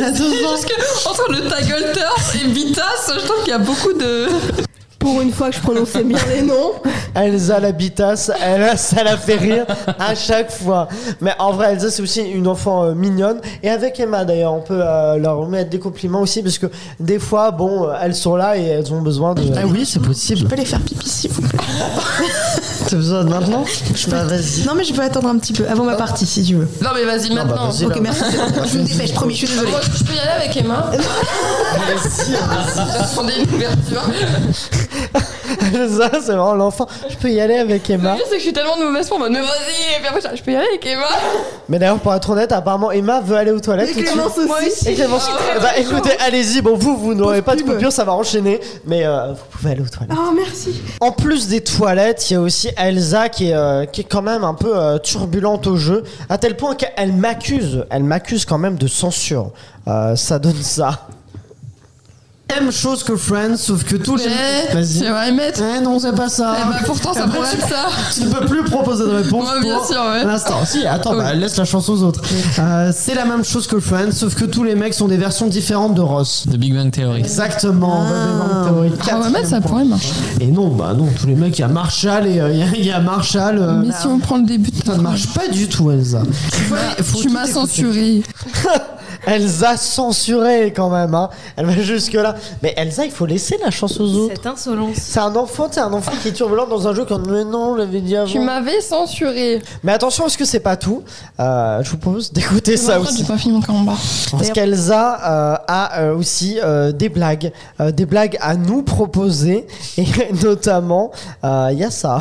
Speaker 6: Lisa.
Speaker 3: Parce que entre le ta gueule turf et Vitas, je trouve qu'il y a beaucoup de.
Speaker 5: Pour une fois que je prononçais bien les noms.
Speaker 2: Elsa l'habitas, elle, ça la fait rire à chaque fois. Mais en vrai, Elsa, c'est aussi une enfant euh, mignonne. Et avec Emma, d'ailleurs, on peut euh, leur remettre des compliments aussi, parce que des fois, bon, euh, elles sont là et elles ont besoin de.
Speaker 11: Ah oui, c'est
Speaker 9: Je
Speaker 11: possible.
Speaker 9: peux aller faire pipi s'il vous plaît.
Speaker 11: T'as besoin de maintenant Bah, vas-y.
Speaker 9: Non mais je peux attendre un petit peu avant
Speaker 5: Oh.
Speaker 9: ma partie si tu veux.
Speaker 3: Non mais vas-y maintenant.
Speaker 11: bah, vas-y,
Speaker 9: Ok
Speaker 11: là.
Speaker 9: merci. Je me dépêche, promis, je suis désolée.
Speaker 3: Moi, je peux y aller avec Emma. J'attendais une ouverture.
Speaker 2: Elsa, c'est vraiment l'enfant. Je peux y aller avec Emma.
Speaker 3: Le pire, c'est que je suis tellement de mauvaise foi, en mode, mais vas-y, et puis après, je- je peux y aller avec Emma.
Speaker 2: Mais d'ailleurs, pour être honnête, apparemment, Emma veut aller aux toilettes. tout de suite.
Speaker 5: Clémence aussi.
Speaker 2: Et
Speaker 3: Oh,
Speaker 2: Clémence- bah écoutez, allez-y, bon vous, vous n'aurez pas de
Speaker 5: pub.
Speaker 2: coupure, ça va enchaîner, mais euh, vous pouvez aller aux toilettes.
Speaker 5: Oh, merci.
Speaker 2: En plus des toilettes, il y a aussi Elsa qui est, euh, qui est quand même un peu euh, turbulente au jeu, à tel point qu'elle m'accuse, elle m'accuse quand même de censure. Euh, ça donne ça.
Speaker 11: Même chose que Friends, sauf que tous les.
Speaker 3: Mais
Speaker 11: Vas-y.
Speaker 3: j'aimerais mettre.
Speaker 11: Eh non, c'est pas ça.
Speaker 3: Eh bah, pourtant, ça pourrait être ça.
Speaker 11: Tu ne peux plus proposer de réponse.
Speaker 3: Ouais, bien
Speaker 11: pour
Speaker 3: sûr, ouais.
Speaker 11: L'instant. Si, attends,
Speaker 3: Ouais.
Speaker 11: bah, laisse la chance aux autres. Euh, c'est la même chose que Friends, sauf que tous les mecs sont des versions différentes de Ross.
Speaker 6: The Big Bang Theory.
Speaker 11: Exactement. Big Bang Theory,
Speaker 3: Ah ouais,
Speaker 11: quatrième
Speaker 3: mais ça
Speaker 11: point.
Speaker 3: pourrait marcher.
Speaker 11: Et non, bah non, tous les mecs, il y a Marshall et euh, il y a- il y, a Marshall. euh,
Speaker 3: Mais si on prend le début de
Speaker 11: ça ne marche pas du tout, Elsa. Faut- faut
Speaker 3: Tu
Speaker 11: tout
Speaker 3: m'as
Speaker 11: écouter.
Speaker 3: censuré.
Speaker 2: Elsa censurée quand même. hein. Elle va jusque-là. Mais Elsa, il faut laisser la chance aux autres.
Speaker 7: Cette insolence.
Speaker 2: C'est un enfant, c'est un enfant qui est turbulent dans un jeu quand mais non, on l'avait dit avant.
Speaker 3: Tu m'avais censuré.
Speaker 2: Mais attention, est-ce que c'est pas tout Euh, Je vous propose d'écouter ça
Speaker 3: Après, J'ai
Speaker 2: aussi.
Speaker 3: pas fini mon combat.
Speaker 2: Parce qu'Elsa euh, a euh, aussi euh, des blagues, euh, des blagues à nous proposer, et notamment, euh, il y a ça.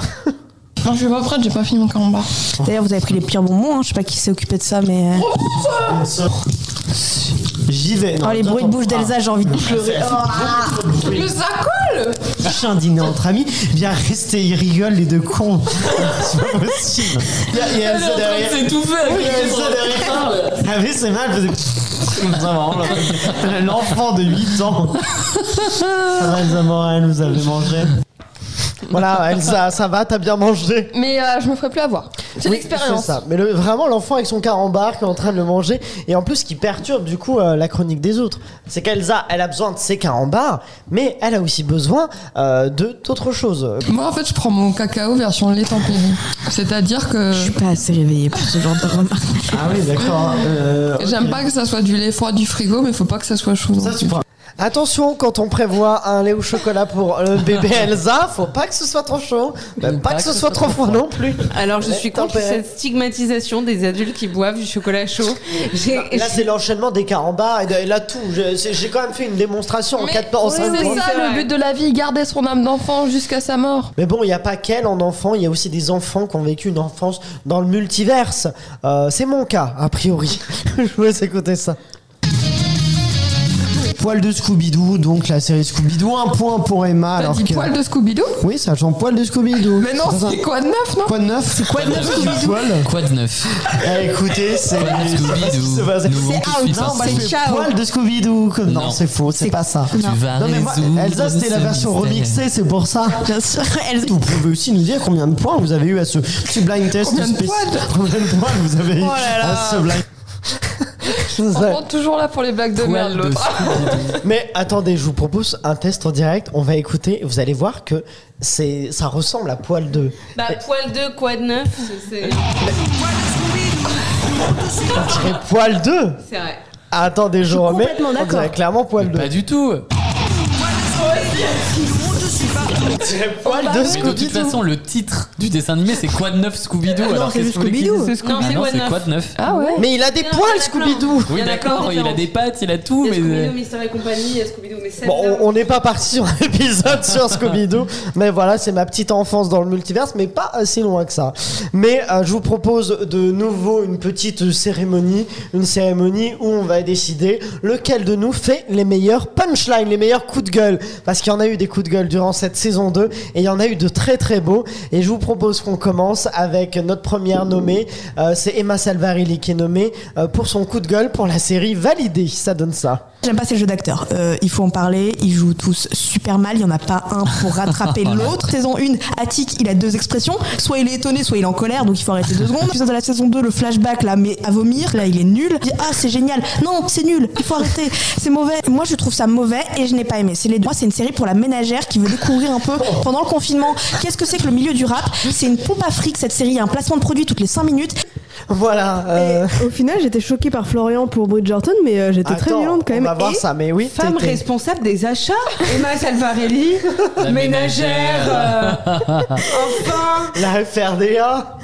Speaker 3: Non, je vais pas prendre, j'ai pas fini mon combat.
Speaker 9: D'ailleurs, vous avez pris les pires bonbons, hein. je sais pas qui s'est occupé de ça, mais. euh,
Speaker 5: Oh,
Speaker 2: J'y vais.
Speaker 9: Oh, les bruits de bouche d'Elsa, j'ai envie de pleurer.
Speaker 3: Mais ça colle
Speaker 11: Prochain dîner entre amis, viens rester, ils rigolent les deux cons. C'est pas possible. Il y a- il y a Elsa derrière. Oui, il y a Elsa derrière. Ah oui, c'est mal, elle faisait comme ça, vraiment, là. L'enfant de 8 ans. Ça va, Elsa Morel, vous avez mangé.
Speaker 2: Voilà, Elsa, ça va, t'as bien mangé.
Speaker 3: Mais euh, je me ferai plus avoir. C'est
Speaker 2: Oui,
Speaker 3: l'expérience.
Speaker 2: c'est ça. Mais le- vraiment, l'enfant avec son carambar qui est en train de le manger, et en plus qui perturbe du coup euh, la chronique des autres. C'est qu'Elsa, elle a besoin de ses carambars, mais elle a aussi besoin euh, de d'autres choses.
Speaker 3: Moi, en fait, je prends mon cacao version lait tempéré. C'est-à-dire que. Je suis pas assez réveillée pour ce genre de
Speaker 11: Ah oui, d'accord. euh,
Speaker 3: J'aime
Speaker 11: ok.
Speaker 3: pas que ça soit du lait froid du frigo, mais faut pas que ça soit chaud. non
Speaker 11: Ça, tu
Speaker 3: plus.
Speaker 11: prends.
Speaker 2: Attention, quand on prévoit un lait au chocolat pour euh, le bébé Elsa, faut pas que ce soit trop chaud, mais pas, que, ce soit trop froid non plus.
Speaker 7: Alors je
Speaker 2: Lait
Speaker 7: suis contre
Speaker 2: tempéré.
Speaker 7: cette stigmatisation des adultes qui boivent du chocolat chaud. J'ai-
Speaker 2: Là, c'est l'enchaînement des carambars et, de- et là tout. Je- c'est- J'ai quand même fait une démonstration en
Speaker 3: Mais-
Speaker 2: 4 en
Speaker 3: oui,
Speaker 2: 5
Speaker 3: c'est ça le but de la vie, garder son âme d'enfant jusqu'à sa mort.
Speaker 2: Mais bon, il n'y a pas qu'elle en enfant, il y a aussi des enfants qui ont vécu une enfance dans le multiverse. Euh, c'est mon cas, a priori. Je vous laisse écouter ça.
Speaker 11: Poil de Scooby-Doo, donc la série Scooby-Doo, un point pour Emma.
Speaker 3: T'as
Speaker 11: alors
Speaker 3: dit
Speaker 11: que-
Speaker 3: poil de Scooby-Doo
Speaker 11: Oui, ça chante poil de Scooby-Doo.
Speaker 3: Mais non,
Speaker 11: Dans un-
Speaker 3: c'est quoi de neuf, non
Speaker 11: Quoi de neuf C'est quoi de neuf Poil
Speaker 6: Quoi de neuf
Speaker 11: Eh, Écoutez, c'est.
Speaker 6: Quoi de
Speaker 11: c'est
Speaker 6: Scooby-Doo
Speaker 11: pas-
Speaker 6: Nous voulons
Speaker 11: c'est
Speaker 6: que tu
Speaker 11: out,
Speaker 6: fasses
Speaker 11: non, bah,
Speaker 6: ça.
Speaker 11: c'est poil de Scooby-Doo. comme- Non,
Speaker 6: Non.
Speaker 11: c'est faux, c'est pas ça.
Speaker 6: Tu vas
Speaker 11: Non, mais moi,
Speaker 6: résoudre
Speaker 11: Elsa, c'était la
Speaker 6: ce
Speaker 11: version
Speaker 6: mystère.
Speaker 11: remixée, c'est pour ça.
Speaker 9: Bien sûr, Elsa.
Speaker 11: Vous pouvez aussi nous dire combien de points vous avez eu à ce petit blind test
Speaker 3: Combien de
Speaker 11: spécial.
Speaker 3: poils
Speaker 11: Combien de points vous avez eu
Speaker 3: Oh là là.
Speaker 11: à ce blind
Speaker 3: On prend toujours là pour les blagues de merde,
Speaker 6: Poil de
Speaker 3: l'autre.
Speaker 2: Mais attendez, je vous propose un test en direct. On va écouter. Vous allez voir que c'est, ça ressemble à poil de.
Speaker 7: Bah poil de quoi de neuf, c'est
Speaker 2: Et poil 2
Speaker 7: c'est vrai.
Speaker 2: Attendez, je remets.
Speaker 5: complètement
Speaker 2: On
Speaker 5: d'accord.
Speaker 2: dirait clairement poil 2.
Speaker 6: Pas du tout
Speaker 2: Poil de
Speaker 6: Mais de toute
Speaker 2: Scooby-Doo.
Speaker 6: façon, le titre du dessin animé, c'est Quoi de neuf Scooby-Doo Alors
Speaker 5: Ah c'est
Speaker 6: qu'est-ce que vous voulez qu'il
Speaker 5: Scooby-Doo.
Speaker 6: dise
Speaker 7: C'est Scooby-Doo.
Speaker 6: Ah non,
Speaker 7: Non, c'est
Speaker 6: c'est Quoi de neuf
Speaker 3: Ah ouais
Speaker 2: Mais il a des
Speaker 7: Non, il y
Speaker 2: poils,
Speaker 7: en a plein.
Speaker 2: Scooby-Doo.
Speaker 6: Oui,
Speaker 7: Il y en a plein
Speaker 6: d'accord,
Speaker 7: de
Speaker 6: il a
Speaker 7: différentes.
Speaker 6: des pattes, il a tout,
Speaker 7: Il y a
Speaker 6: mais. euh,
Speaker 7: Scooby-Doo, Mister et compagnie, il y a Scooby-Doo, mais celle-là,
Speaker 2: Bon, on- on n'est pas parti sur un épisode sur Scooby-Doo, mais voilà, c'est ma petite enfance dans le multiverse, mais pas assez loin que ça. Mais euh, je vous propose de nouveau une petite cérémonie, une cérémonie où on va décider lequel de nous fait les meilleurs punchlines, les meilleurs coups de gueule, parce qu'il y en a eu des coups de gueule durant cette saison 2, et il y en a eu de très très beaux, et je vous propose qu'on commence avec notre première nommée, euh, c'est Emma Salvarelli qui est nommée euh, pour son coup de gueule pour la série Validée, ça donne ça.
Speaker 9: J'aime pas ces jeux d'acteurs. Euh, il faut en parler. Ils jouent tous super mal. Il y en a pas un pour rattraper l'autre. Saison 1, Attic, il a deux expressions. Soit il est étonné, soit il est en colère. Donc il faut arrêter deux secondes. Puis dans la saison 2, le flashback là, mais à vomir. Là, il est nul. Il dit ah c'est génial. Non, c'est nul. Il faut arrêter. C'est mauvais. Moi, je trouve ça mauvais et je n'ai pas aimé. C'est les deux. Moi, c'est une série pour la ménagère qui veut découvrir un peu pendant le confinement. Qu'est-ce que c'est que le milieu du rap C'est une pompe à fric cette série. Il y a un placement de produit toutes les 5 minutes.
Speaker 2: Voilà. euh,
Speaker 5: Au final, j'étais choquée par Florian pour Bridgerton, mais euh, j'étais très
Speaker 2: Attends,
Speaker 5: violente quand
Speaker 2: On
Speaker 5: même.
Speaker 2: va voir
Speaker 5: Et
Speaker 2: ça, mais oui.
Speaker 7: Femme
Speaker 2: t'étais-
Speaker 7: responsable des achats, Emma Salvarelli,
Speaker 6: La
Speaker 7: ménagère, euh, enfin,
Speaker 2: La FRDA.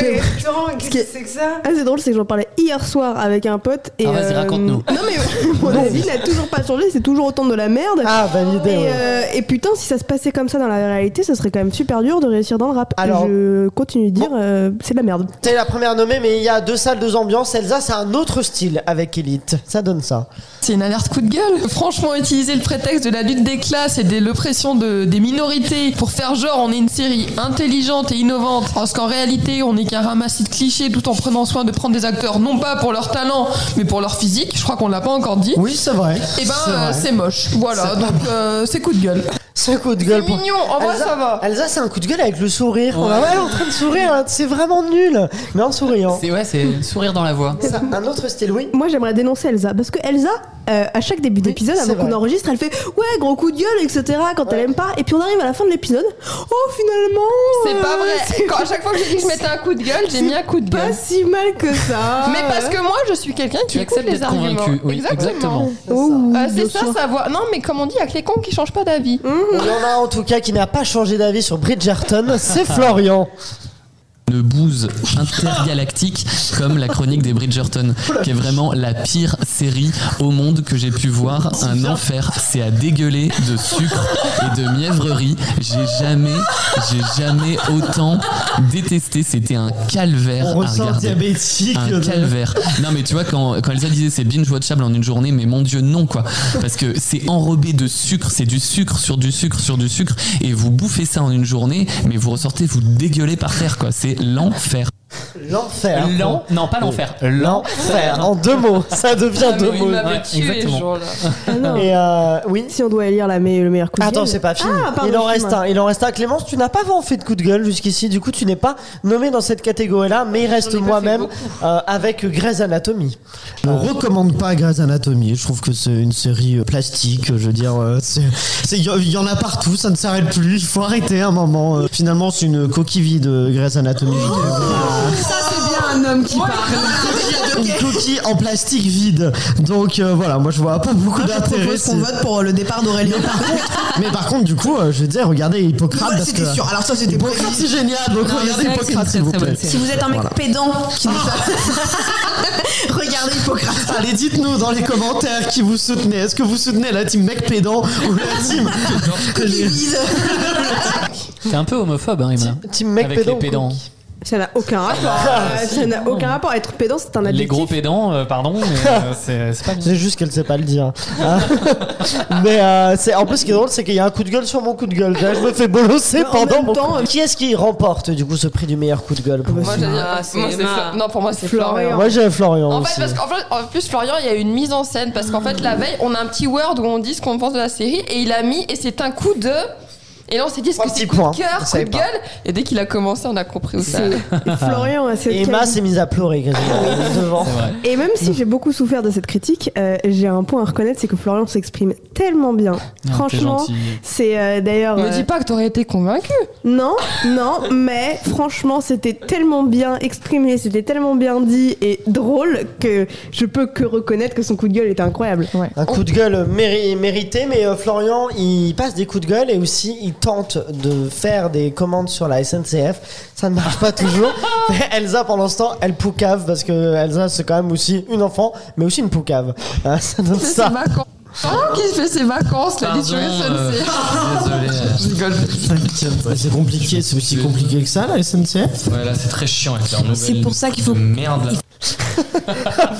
Speaker 7: les restaurants, qu'est-ce que
Speaker 5: que-
Speaker 7: c'est que ça
Speaker 5: Ah, c'est drôle, c'est que j'en parlais hier soir avec un pote. Et, euh,
Speaker 6: Ah, vas-y, raconte-nous.
Speaker 5: Non, mais mon avis n'a toujours pas changé, c'est toujours autant de la merde.
Speaker 2: Ah, validé.
Speaker 5: Et,
Speaker 3: ben
Speaker 2: ouais.
Speaker 5: euh, et putain, si ça se passait comme ça dans la réalité, ce serait quand même super dur de réussir dans le rap.
Speaker 2: Alors-
Speaker 5: je continue de dire, euh, c'est de la merde.
Speaker 2: T'es la première nommée, mais il y a deux salles, deux ambiances. Elsa, c'est un autre style avec Elite. Ça donne ça.
Speaker 3: C'est une alerte coup de gueule. Franchement, utiliser le prétexte de la lutte des classes et de l'oppression de, des minorités pour faire genre on est une série intelligente et innovante, parce qu'en réalité on est qu'un ramassis de clichés tout en prenant soin de prendre des acteurs non pas pour leur talent mais pour leur physique, je crois qu'on l'a pas encore dit.
Speaker 11: Oui, c'est vrai.
Speaker 3: Et ben
Speaker 11: C'est
Speaker 3: euh,
Speaker 11: vrai.
Speaker 3: c'est moche, voilà. Donc euh, c'est coup de gueule.
Speaker 2: C'est un coup de gueule.
Speaker 3: C'est mignon, en vrai,
Speaker 2: Elsa-
Speaker 3: ça va.
Speaker 2: Elsa, c'est un coup de gueule avec le sourire. On
Speaker 6: Ouais.
Speaker 2: la voit en train de sourire, hein. c'est vraiment nul. Mais en souriant.
Speaker 6: C'est ouais, c'est le sourire dans la voix.
Speaker 2: Ça, un autre, c'était Louis.
Speaker 5: Moi, j'aimerais dénoncer Elsa. Parce que Elsa, euh, à chaque début d'épisode,
Speaker 2: c'est
Speaker 5: avant qu'on
Speaker 2: vrai.
Speaker 5: enregistre, elle fait Ouais, gros coup de gueule, etc. quand elle aime pas. Et puis on arrive à la fin de l'épisode. Oh, finalement.
Speaker 3: C'est
Speaker 5: euh,
Speaker 3: pas vrai.
Speaker 5: c'est-
Speaker 3: Quand, à chaque fois que j'ai dit que je mettais un coup de gueule, j'ai
Speaker 5: c'est
Speaker 3: mis un coup de gueule.
Speaker 5: Pas si mal que ça.
Speaker 3: Mais parce que moi, je suis quelqu'un qui
Speaker 6: Tu
Speaker 3: écoute
Speaker 6: acceptes
Speaker 3: les
Speaker 6: d'être
Speaker 3: arguments.
Speaker 6: convaincu. Oui, exactement.
Speaker 5: Oh,
Speaker 3: Euh,
Speaker 5: bien
Speaker 3: c'est ça,
Speaker 5: sûr. Hum.
Speaker 3: savoir. Non, mais comme on dit, il y a que les cons qui changent pas d'avis.
Speaker 2: Il y en a en tout cas qui n'a pas changé d'avis sur Bridgerton, c'est Florian.
Speaker 6: Une bouse intergalactique comme la chronique des Bridgerton, qui est vraiment la pire série au monde que j'ai pu voir. Un enfer, c'est à dégueuler de sucre et de mièvrerie. J'ai jamais, j'ai jamais autant détesté. C'était un calvaire
Speaker 11: On
Speaker 6: à
Speaker 11: ressort
Speaker 6: regarder.
Speaker 11: diabétique. euh,
Speaker 6: Un calvaire. Non, mais tu vois, quand, quand Elsa disait c'est binge watchable en une journée, mais mon Dieu, non, quoi. Parce que c'est enrobé de sucre, c'est du sucre sur du sucre sur du sucre, et vous bouffez ça en une journée, mais vous ressortez, vous dégueulez par terre, quoi. C'est l'enfer.
Speaker 2: L'enfer.
Speaker 6: L'en, non, pas l'enfer. euh, L'en.
Speaker 2: L'enfer. En deux mots, ça devient
Speaker 3: Ah, mais
Speaker 2: deux
Speaker 3: il
Speaker 2: mots.
Speaker 3: m'avait
Speaker 6: Ouais,
Speaker 3: tué,
Speaker 6: exactement.
Speaker 3: genre, là.
Speaker 5: Ah non.
Speaker 2: Et euh, oui.
Speaker 5: Si on doit élire la me- le meilleur coup de gueule.
Speaker 2: Attends, c'est pas fini.
Speaker 5: Ah, pardon,
Speaker 2: il en
Speaker 5: excuse-moi.
Speaker 2: reste un. Il en reste un. Clémence, tu n'as pas vraiment fait de coup de gueule jusqu'ici. Du coup, tu n'es pas nommé dans cette catégorie-là. Mais il reste
Speaker 7: ai pas
Speaker 2: moi-même
Speaker 7: fait
Speaker 2: euh, avec Grey's Anatomy.
Speaker 11: Je ne recommande pas Grey's Anatomy. Je trouve que c'est une série euh, plastique. Je veux dire, euh, c'est- c'est- il y, il y en a partout. Ça ne s'arrête plus. Il faut arrêter un moment. Euh, Finalement, c'est une coquille vide, euh, Grey's Anatomy.
Speaker 9: Oh,
Speaker 14: Ça, c'est bien un homme qui parle.
Speaker 11: une coquille en plastique vide. Donc euh, voilà, moi je vois pas beaucoup
Speaker 9: Ah, Je
Speaker 11: d'intérêt.
Speaker 9: propose qu'on
Speaker 11: c'est-
Speaker 9: vote pour le départ d'Aurélien. Par contre,
Speaker 11: Mais par contre, du coup, euh, je veux dire, regardez Hippocrate.
Speaker 9: voilà,
Speaker 11: parce
Speaker 9: c'était
Speaker 11: que-
Speaker 9: sûr. Alors ça, c'était pas
Speaker 11: Hippocrate, c'est génial. Donc
Speaker 6: Non,
Speaker 11: regardez
Speaker 6: c'est vrai que c'est une
Speaker 11: Hippocrate,
Speaker 6: très,
Speaker 11: s'il vous
Speaker 6: très
Speaker 11: plaît.
Speaker 6: bonne série.
Speaker 9: Si vous êtes un mec
Speaker 11: Voilà.
Speaker 9: pédant qui nous regardez Hippocrate.
Speaker 11: Allez, dites-nous dans les commentaires qui vous soutenez. Est-ce que vous soutenez la team mec pédant ou la team les-
Speaker 6: T'es un peu homophobe, hein, Emma.
Speaker 2: Team mec
Speaker 6: Avec
Speaker 2: pédant.
Speaker 6: les pédants.
Speaker 5: Ça n'a aucun rapport.
Speaker 2: Ah, bah,
Speaker 5: Euh, ça n'a aucun rapport. Être pédant, c'est un
Speaker 6: Les
Speaker 5: adjectif.
Speaker 6: gros pédants, euh, pardon, mais euh, c'est c'est pas bien.
Speaker 2: C'est juste qu'elle sait pas le dire. Hein. mais euh, c'est en plus ce qui est drôle, c'est qu'il y a un coup de gueule sur mon coup de gueule. Je me fais bolosser
Speaker 5: Mais en
Speaker 2: pendant
Speaker 5: même
Speaker 2: mon.
Speaker 5: temps, euh,
Speaker 2: coup- Qui est-ce qui remporte du coup ce prix du meilleur coup de gueule pour
Speaker 3: Moi,
Speaker 2: vous
Speaker 3: j'ai dit,
Speaker 7: Ah,
Speaker 3: moi,
Speaker 7: c'est
Speaker 3: c'est
Speaker 7: Emma.
Speaker 3: Flo- Non, pour moi, c'est
Speaker 5: Florian.
Speaker 3: Florian.
Speaker 2: Moi j'ai Florian
Speaker 3: En
Speaker 2: aussi.
Speaker 3: fait, parce qu'en fait- en plus, Florian, il y a une mise en scène parce qu'en fait, la veille, on a un petit word où on dit ce qu'on pense de la série et il a mis et c'est un coup de. Et là, on s'est dit ce
Speaker 2: Trois
Speaker 3: que c'est
Speaker 2: petits
Speaker 3: coup de
Speaker 2: points. On
Speaker 3: cœur, coup
Speaker 2: savait
Speaker 3: de
Speaker 2: pas.
Speaker 3: gueule. Et dès qu'il a commencé, on a compris où ça. allait.
Speaker 5: Florian a cette
Speaker 2: Et Emma
Speaker 5: qualité.
Speaker 2: s'est mise à pleurer
Speaker 6: Ah
Speaker 2: quasiment devant.
Speaker 6: C'est vrai.
Speaker 5: Et même si j'ai beaucoup souffert de cette critique, euh, j'ai un point à reconnaître, c'est que Florian s'exprime tellement bien.
Speaker 6: t'es
Speaker 5: franchement,
Speaker 6: gentil.
Speaker 5: c'est euh, d'ailleurs.
Speaker 3: Me
Speaker 5: euh,
Speaker 3: dis pas que t'aurais été convaincu.
Speaker 5: Non, non, mais franchement, c'était tellement bien exprimé, c'était tellement bien dit et drôle que je peux que reconnaître que son coup de gueule était incroyable.
Speaker 2: Un coup de gueule méri- mérité, mais euh, Florian, il passe des coups de gueule et aussi il tente de faire des commandes sur la SNCF. Ça ne marche pas toujours. Mais Elsa, pendant ce temps, elle poucave parce que Elsa, c'est quand même aussi une enfant, mais aussi une poucave. Hein, ça donne
Speaker 3: Fait ses
Speaker 2: ça.
Speaker 3: vacances. Oh, qui fait ses vacances là, les
Speaker 6: Pardon,
Speaker 3: tueries, ça,
Speaker 6: euh,
Speaker 3: c'est-
Speaker 6: Désolé.
Speaker 3: Je rigole.
Speaker 11: C'est compliqué, c'est aussi compliqué que ça, la SNCF.
Speaker 6: euh, Ouais, là, c'est très chiant. avec leur
Speaker 9: C'est
Speaker 6: nouvelle
Speaker 9: pour ça qu'il faut-
Speaker 6: de Merde, là.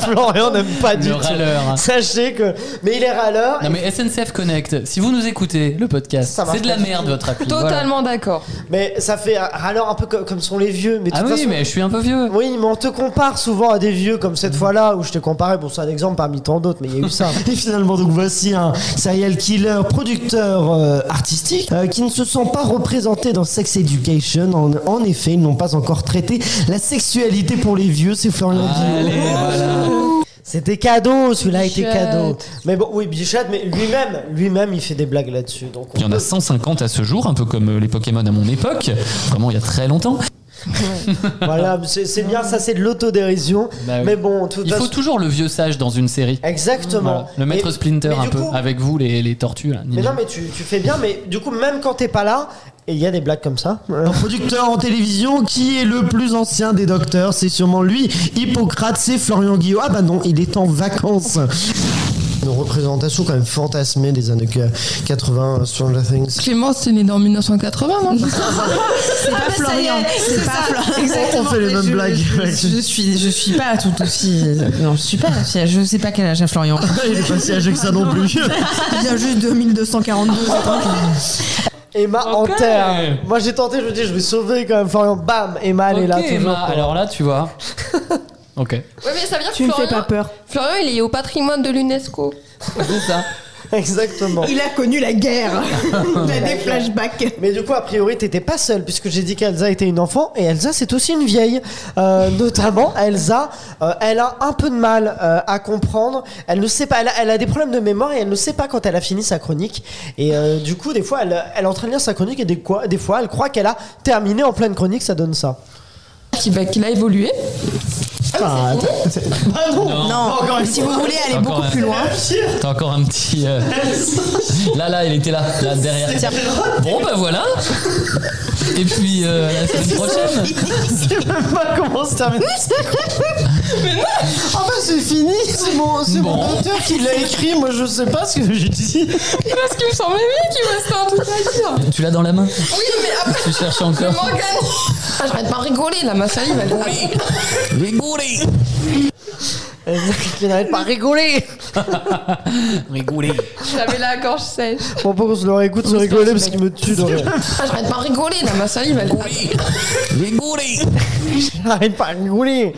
Speaker 2: Florian n'aime pas du
Speaker 6: Le râleur. hein.
Speaker 2: tout. Sachez que. Mais il est râleur.
Speaker 6: Non mais SNCF Connect, si vous nous écoutez le podcast,
Speaker 2: Ça marche
Speaker 6: c'est de la
Speaker 2: pas du
Speaker 6: merde
Speaker 2: tout.
Speaker 6: votre appli. voilà.
Speaker 3: Totalement d'accord.
Speaker 2: Mais ça fait un râleur un peu co- comme sont les vieux. Mais de
Speaker 6: Ah
Speaker 2: toute
Speaker 6: oui,
Speaker 2: façon,
Speaker 6: mais je suis un peu vieux.
Speaker 2: Oui, mais on te compare souvent à des vieux comme cette fois-là où je te comparais. Bon, c'est un exemple parmi tant d'autres, mais il y a eu ça.
Speaker 11: Mm. Et finalement, donc voici un serial killer, producteur euh, artistique, euh, qui ne se sent pas représenté dans Sex Education. En, en effet, ils n'ont pas encore traité la sexualité pour les vieux, c'est Florian Guillaume.
Speaker 6: Allez, voilà.
Speaker 2: C'était cadeau, celui-là a été
Speaker 3: Bichette.
Speaker 2: cadeau. Mais bon, oui, Bichette, mais lui-même, lui-même, il fait des blagues là-dessus. Donc, on
Speaker 6: Il y en a
Speaker 2: peut-
Speaker 6: 150 à ce jour, un peu comme euh, les Pokémon à mon époque, vraiment il y a très longtemps.
Speaker 2: voilà, mais c'est c'est bien, ça, c'est de l'autodérision.
Speaker 6: Bah oui.
Speaker 2: Mais bon, de toute
Speaker 6: Il faut
Speaker 2: façon-
Speaker 6: toujours le vieux sage dans une série.
Speaker 2: Exactement.
Speaker 6: Voilà. Le maître
Speaker 2: Et-
Speaker 6: Splinter
Speaker 2: mais
Speaker 6: un
Speaker 2: du
Speaker 6: peu,
Speaker 2: coup-
Speaker 6: avec vous les, les tortues là.
Speaker 2: Mais non, mais tu, tu fais bien, mais du coup, même quand t'es pas là, et il y a des blagues comme ça.
Speaker 11: Un producteur en télévision qui est le plus ancien des docteurs, c'est sûrement lui. Hippocrate, c'est Florian Guillaume. Ah bah non, il est en vacances. Une représentation quand même fantasmée des années 80 euh, Stranger Things.
Speaker 3: Clémence, c'est né dans 1980, non
Speaker 9: C'est
Speaker 5: Ah,
Speaker 9: pas Florian. C'est pas Florian.
Speaker 11: On fait les mêmes
Speaker 9: je,
Speaker 11: blagues.
Speaker 9: Je, je suis, je suis pas tout aussi. Non, je suis pas la fille. Je sais pas quel âge a Florian.
Speaker 11: Il est pas si âgé que ça non plus.
Speaker 9: Il vient juste de 2242. c'est tranquille.
Speaker 2: Emma
Speaker 6: Ok.
Speaker 2: enterre. Moi, j'ai tenté, je me dis, je vais sauver quand même Florian. Bam, Emma, elle est là.
Speaker 6: Ok,
Speaker 2: toujours,
Speaker 6: Emma,
Speaker 2: quoi.
Speaker 6: alors là tu vois. ok.
Speaker 3: Ouais, mais ça veut dire
Speaker 5: Tu
Speaker 3: que
Speaker 5: ne fais
Speaker 3: Florian,
Speaker 5: pas peur.
Speaker 3: Florian, il est au patrimoine de l'UNESCO.
Speaker 6: C'est ça.
Speaker 2: Exactement.
Speaker 5: Il a connu la guerre. Il a des flashbacks.
Speaker 2: Mais du coup, a priori, t'étais pas seule, puisque j'ai dit qu'Elsa était une enfant, et Elsa, c'est aussi une vieille. Euh, notamment, Elsa, euh, elle a un peu de mal euh, à comprendre. Elle ne sait pas, elle a, elle a des problèmes de mémoire, et elle ne sait pas quand elle a fini sa chronique. Et euh, du coup, des fois, elle, elle est en train de lire sa chronique, et des, quoi- des fois, elle croit qu'elle a terminé en pleine chronique, ça donne ça.
Speaker 3: Qui, va- qu'il a évolué.
Speaker 11: Ah, attends, c'est- Bah non,
Speaker 9: Non,
Speaker 11: encore une
Speaker 9: si
Speaker 11: fois.
Speaker 9: vous voulez aller
Speaker 6: T'as encore
Speaker 9: beaucoup
Speaker 6: un-
Speaker 9: plus loin.
Speaker 6: T'as encore un petit. euh, Là, là, il était là, là derrière.
Speaker 9: C'est-
Speaker 6: Bon, bah voilà. Et puis euh, à la semaine prochaine.
Speaker 11: Je sais même pas comment se termine. Enfin, c'est fini. C'est mon, c'est mon
Speaker 6: Bon.
Speaker 11: auteur qui l'a écrit. Moi, je sais pas ce que j'ai dit.
Speaker 3: Parce qu'il me semblait bien qu'il me restait un truc à dire.
Speaker 6: Tu l'as dans la main
Speaker 3: Oui, mais après,
Speaker 6: Tu cherches
Speaker 3: je
Speaker 6: encore
Speaker 3: m'organise. Ah, J'arrête pas de rigoler là, ma salive elle.
Speaker 6: Rigoler
Speaker 2: Elsa qui n'arrête pas à rigoler.
Speaker 6: Rigoler
Speaker 3: J'avais la gorge sèche.
Speaker 2: Bon, pour qu'on se le réécoute, se rigoler, parce qu'il me tue de rire.
Speaker 3: Ah, J'arrête pas de rigoler là, ma salive elle.
Speaker 6: Rigoler
Speaker 2: J'arrête pas à rigoler.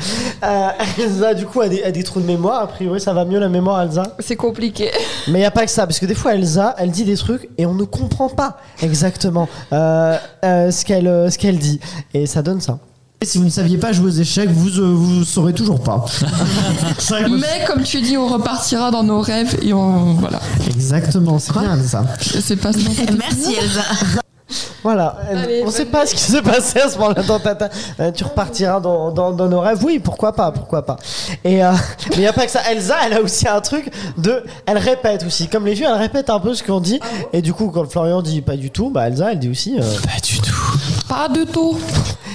Speaker 2: Euh, Elsa, du coup, a des, a des trous de mémoire. A priori, ça va mieux la mémoire, Elsa.
Speaker 3: C'est compliqué.
Speaker 2: Mais il n'y a pas que ça, parce que des fois, Elsa, elle dit des trucs et on ne comprend pas exactement euh, euh, ce qu'elle euh, ce qu'elle dit. Et ça donne ça.
Speaker 11: Et si vous ne saviez pas jouer aux échecs, vous euh, vous saurez toujours pas. C'est vrai que moi,
Speaker 3: Mais comme tu dis, on repartira dans nos rêves et on. Voilà.
Speaker 11: je- Exactement, c'est bien ça.
Speaker 3: C'est pas
Speaker 9: Merci Elsa.
Speaker 2: Voilà. Euh,
Speaker 3: Allez,
Speaker 2: on ne
Speaker 3: bonne
Speaker 2: sait pas ce qui s'est passé à ce moment-là dans ta ta- euh, tu repartiras dans, dans, dans nos rêves. Oui, pourquoi pas, pourquoi pas. Et, euh, mais il n'y a pas que ça. Elsa, elle a aussi un truc de. Elle répète aussi. Comme les vieux, elle répète un peu ce qu'on
Speaker 3: Ah
Speaker 2: dit. Et du coup, quand Florian dit pas du tout, bah Elsa, elle dit aussi. euh,
Speaker 6: Pas du tout.
Speaker 3: Pas du tout.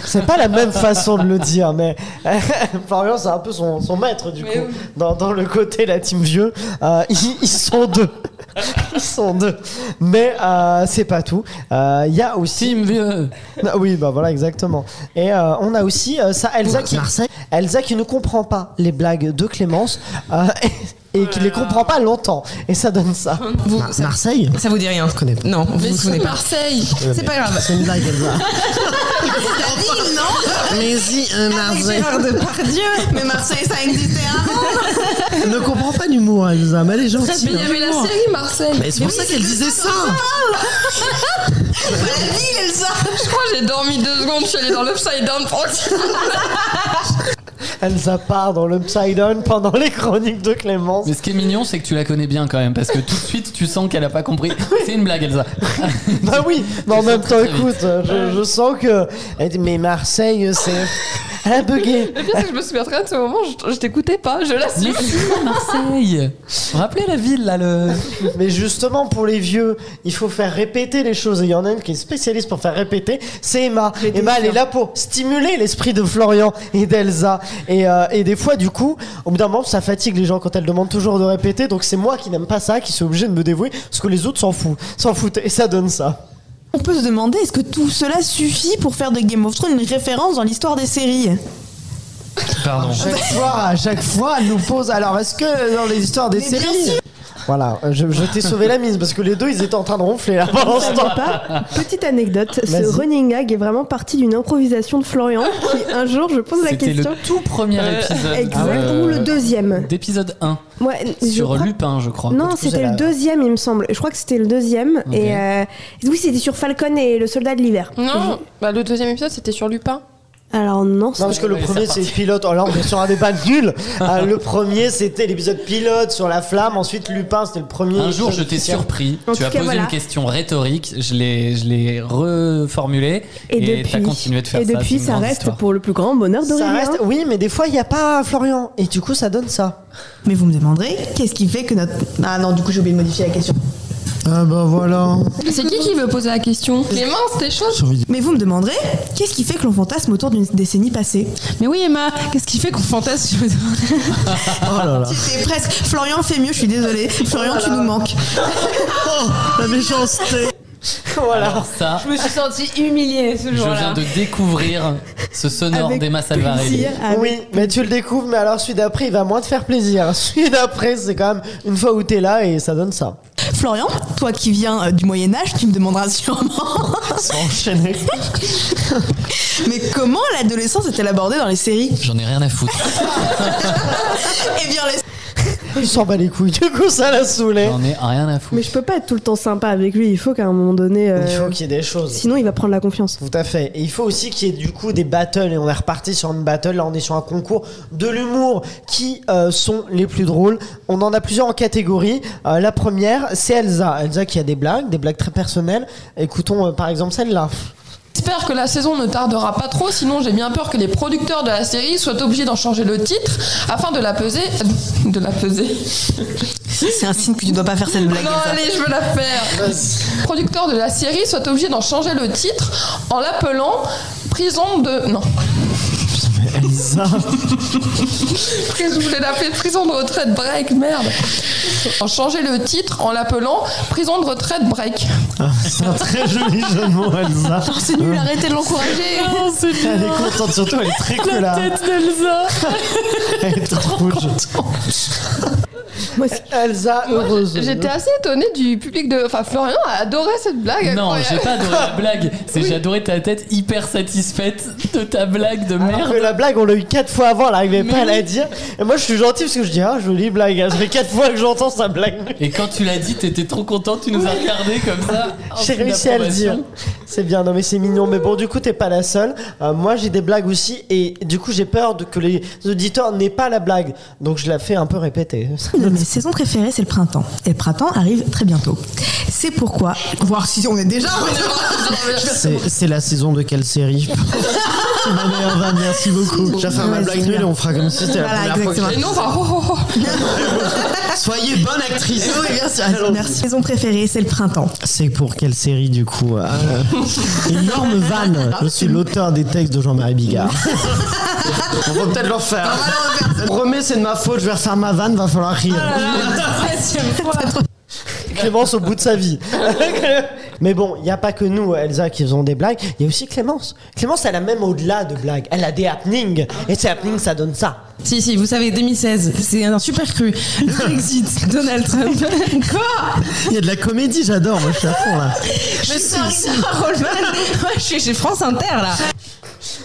Speaker 2: C'est pas la même façon de le dire, mais Florian, c'est un peu son, son maître, du coup. Dans, dans le côté, la team vieux, Euh, ils, ils sont deux. Ils sont deux. Mais euh, c'est pas tout. Euh, Il y a aussi.
Speaker 6: Team vieux
Speaker 2: Ah Oui, bah voilà, exactement. Et euh, on a aussi euh, ça, Elsa qui,
Speaker 11: Marseille.
Speaker 2: Elsa qui ne comprend pas les blagues de Clémence euh, et, et qui les comprend pas longtemps. Et ça donne ça.
Speaker 14: Vous-
Speaker 11: Oh Mar-
Speaker 14: ça,
Speaker 11: Marseille
Speaker 14: ça vous dit rien
Speaker 11: connais pas.
Speaker 14: Non, vous
Speaker 3: Mais
Speaker 14: vous
Speaker 3: c'est
Speaker 14: souvenez pas.
Speaker 3: Marseille.
Speaker 14: C'est pas grave.
Speaker 11: C'est une blague, Elsa.
Speaker 14: T'as dit non
Speaker 11: Mais si, un
Speaker 14: avec Gérard Depardieu, mais Marseille ça existait
Speaker 9: hein.
Speaker 14: avant.
Speaker 11: Elle ne comprend pas l'humour, Elsa, mais elle est gentille.
Speaker 3: Mais il y avait la série Marseille.
Speaker 11: Mais c'est pour ça qu'elle disait ça.
Speaker 14: La ville Elsa
Speaker 3: Je crois que j'ai dormi deux secondes, je suis allée dans l'upside down.
Speaker 2: Elsa part dans l'upside down pendant les chroniques de Clémence.
Speaker 6: Mais ce qui est mignon, c'est que tu la connais bien quand même, parce que tout de suite, tu sens qu'elle a pas compris. C'est une blague, Elsa.
Speaker 2: Bah oui, mais en
Speaker 6: Ils
Speaker 2: même
Speaker 6: sont
Speaker 2: temps,
Speaker 6: très, très
Speaker 2: écoute, je, je sens que. elle dit, Mais Marseille, c'est. Elle a bugué.
Speaker 3: Le pire, c'est que je me souviens très bien de ce moment, je, je t'écoutais pas, je la suis.
Speaker 6: Mais c'est Marseille Vous vous rappelez la ville, là, le...
Speaker 2: Mais justement, pour les vieux, il faut faire répéter les choses. Et il y en a une qui est spécialiste pour faire répéter, c'est Emma. Emma, elle est là pour stimuler l'esprit de Florian et d'Elsa. Et, euh, et des fois, du coup, au bout d'un moment, ça fatigue les gens quand elle demande toujours de répéter. Donc c'est moi qui n'aime pas ça, qui suis obligé de me dévouer, parce que les autres s'en foutent. S'en foutent. Et ça donne ça.
Speaker 9: On peut se demander est-ce que tout cela suffit pour faire de Game of Thrones une référence dans l'histoire des séries
Speaker 6: Pardon.
Speaker 11: Chaque fois, à chaque fois, elle nous pose. Alors, est-ce que dans les histoires des
Speaker 9: Mais bien
Speaker 11: séries,
Speaker 2: Voilà, euh, je, je t'ai sauvé la mise, parce que les deux, ils étaient en train de ronfler là pendant ce temps.
Speaker 5: pas. Petite anecdote,
Speaker 2: Vas-y.
Speaker 5: ce running gag est vraiment parti d'une improvisation de Florian qui un jour je pose la
Speaker 6: C'était le
Speaker 5: question.
Speaker 6: tout premier
Speaker 3: Euh,
Speaker 6: épisode.
Speaker 5: Exact,
Speaker 6: euh,
Speaker 5: ou le deuxième.
Speaker 6: D'épisode 1,
Speaker 5: Moi, je
Speaker 6: sur hein,
Speaker 5: crois
Speaker 6: Lupin, je crois.
Speaker 2: que
Speaker 5: Non,
Speaker 2: vous avez
Speaker 5: c'était
Speaker 2: la-
Speaker 5: le deuxième, il me semble. Je crois que c'était le deuxième.
Speaker 6: Ok.
Speaker 5: Et euh, oui, c'était sur Falcon et le soldat de l'hiver.
Speaker 3: Non, bah, le deuxième épisode, c'était sur Lupin.
Speaker 5: Alors non,
Speaker 2: Non, parce que le
Speaker 6: Allez,
Speaker 2: premier,
Speaker 6: c'est
Speaker 2: c'est pilote. Alors, on est sur un débat nul. Euh, le premier, c'était l'épisode pilote sur la flamme. Ensuite, Lupin, c'était le premier.
Speaker 6: Un jour, je
Speaker 2: épisode
Speaker 6: t'ai
Speaker 2: spécial.
Speaker 6: surpris.
Speaker 5: En
Speaker 6: tu
Speaker 5: tout
Speaker 6: as
Speaker 5: cas,
Speaker 6: posé
Speaker 5: voilà.
Speaker 6: une question rhétorique. Je l'ai, je l'ai reformulée. Et t'as continué de faire
Speaker 5: et
Speaker 6: ça. c'est
Speaker 5: depuis,
Speaker 6: une
Speaker 5: ça
Speaker 6: grande
Speaker 5: reste
Speaker 6: histoire.
Speaker 5: pour le plus grand bonheur
Speaker 2: Ça
Speaker 5: d'Aurélien.
Speaker 2: reste... Oui, mais des fois, il n'y a pas Florian. Et du coup, ça donne ça.
Speaker 9: Mais vous me demanderez qu'est-ce qui fait que notre. Ah non, du coup, j'ai oublié de modifier la question.
Speaker 11: ah bah voilà.
Speaker 3: C'est qui qui veut poser la question Clémence, t'es chaude
Speaker 9: Mais vous me demanderez qu'est-ce qui fait que l'on fantasme autour d'une décennie passée
Speaker 14: Mais oui Emma, qu'est-ce qui fait qu'on fantasme sur
Speaker 11: Oh là là.
Speaker 9: C'était presque. Florian fait mieux, je suis désolée. Florian, tu nous manques.
Speaker 11: Oh, la méchanceté.
Speaker 2: voilà.
Speaker 6: Ça,
Speaker 7: Je me suis sentie humiliée ce
Speaker 6: je viens
Speaker 7: jour-là.
Speaker 6: de découvrir ce sonore
Speaker 5: Avec
Speaker 6: d'Emma Salvarelli.
Speaker 5: plaisir,
Speaker 9: Ah
Speaker 5: avec-
Speaker 2: oui, mais tu le découvres, mais alors celui d'après, il va moins te faire plaisir. Celui d'après, c'est quand même une fois où t'es là et ça donne ça.
Speaker 9: Florian, toi qui viens euh, du Moyen-Âge, tu me demanderas sûrement.
Speaker 2: Enchaîné.
Speaker 9: Mais comment l'adolescence est-elle abordée dans les séries
Speaker 6: J'en ai rien à foutre.
Speaker 9: Eh bien, les...
Speaker 2: Il s'en bat les couilles. Du coup, ça l'a saoulé.
Speaker 6: J'en ai rien à foutre.
Speaker 5: Mais je peux pas être tout le temps sympa avec lui. Il faut qu'à un moment donné. euh,
Speaker 2: Il faut qu'il y ait des choses.
Speaker 5: Sinon, il va prendre la confiance.
Speaker 2: Tout à fait. Et il faut aussi qu'il y ait du coup des battles. Et on est reparti sur une battle. Là, on est sur un concours de l'humour qui euh, sont les plus drôles. On en a plusieurs en catégorie. Euh, la première, c'est Elsa. Elsa qui a des blagues, des blagues très personnelles. Écoutons euh, par exemple celle-là.
Speaker 3: J'espère que la saison ne tardera pas trop, sinon j'ai bien peur que les producteurs de la série soient obligés d'en changer le titre afin de la peser. De la peser.
Speaker 9: C'est un signe que tu dois pas faire cette blague.
Speaker 3: Non,
Speaker 9: Elsa.
Speaker 3: allez, je veux la faire. Les producteurs de la série soient obligés d'en changer le titre en l'appelant Prison de. Non.
Speaker 11: Elsa.
Speaker 3: Qu'est-ce que je voulais l'appeler Prison de retraite break, merde. En changer le titre en l'appelant Prison de retraite break.
Speaker 11: C'est un très joli jeu de mots, Elsa.
Speaker 9: Oh, C'est nul, arrêtez de l'encourager.
Speaker 11: Elle est contente, surtout, elle est très hein. colère.
Speaker 3: d'Elsa.
Speaker 11: Elle est trop rouge.
Speaker 2: Elsa, heureuse.
Speaker 3: J'étais assez étonnée du public de. Enfin, Florian a adoré cette blague.
Speaker 6: Non,
Speaker 3: incroyable.
Speaker 6: j'ai pas adoré la blague. C'est j'ai adoré ta tête hyper satisfaite de ta blague de
Speaker 2: Alors
Speaker 6: merde.
Speaker 2: que la blague, on l'a eu quatre fois avant, elle arrivait
Speaker 6: Mais
Speaker 2: pas à la
Speaker 6: oui.
Speaker 2: dire. Et moi, je suis gentil parce que je dis, ah, jolie blague. Ça fait quatre fois que j'entends sa blague.
Speaker 6: Et quand tu l'as dit, t'étais trop content, tu nous as regardé comme ça. en
Speaker 2: J'ai
Speaker 6: signe
Speaker 2: réussi à le
Speaker 6: d'approbation.
Speaker 2: dire. C'est bien, non mais c'est mignon. Mais bon, du coup, t'es pas la seule. Euh, moi, j'ai des blagues aussi, et du coup, j'ai peur de que les auditeurs n'aient pas la blague. Donc, je la fais un peu répéter.
Speaker 9: Une de mes saisons préférées, c'est le printemps. Et le printemps arrive très bientôt. C'est pourquoi, voir si on est déjà.
Speaker 11: C'est c'est la saison de quelle série Ma meilleure vanne, merci beaucoup. J'ai fait ma
Speaker 9: Ouais,
Speaker 11: blague
Speaker 9: c'est
Speaker 11: nulle et
Speaker 9: bien.
Speaker 11: on fera comme si c'était la
Speaker 9: Voilà,
Speaker 11: première fois. que
Speaker 9: exactement.
Speaker 3: Et non, enfin, oh, oh, oh.
Speaker 11: j'ai- Soyez bonne actrice.
Speaker 9: Merci. Saison préférée, c'est le printemps.
Speaker 11: C'est pour quelle série du coup Ah, euh, Énorme vanne. Je suis l'auteur des textes de Jean-Marie Bigard. on va peut-être l'en faire. Ah Promets, c'est de ma faute. Je vais refaire ma vanne. Va falloir rire.
Speaker 9: Ah,
Speaker 2: Clémence au bout de sa vie. Mais bon, il n'y a pas que nous, Elsa, qui faisons des blagues. Il y a aussi Clémence. Clémence, elle a même au-delà de blagues. Elle a des happenings. Et ces happenings, ça donne ça.
Speaker 14: Si, si, vous savez, 2016, c'est un super cru. Le Brexit, Donald Trump. Quoi
Speaker 11: Il y a de la comédie. J'adore. Moi, je suis à fond là.
Speaker 14: Je suis Rollman. Moi, je suis chez France Inter, là.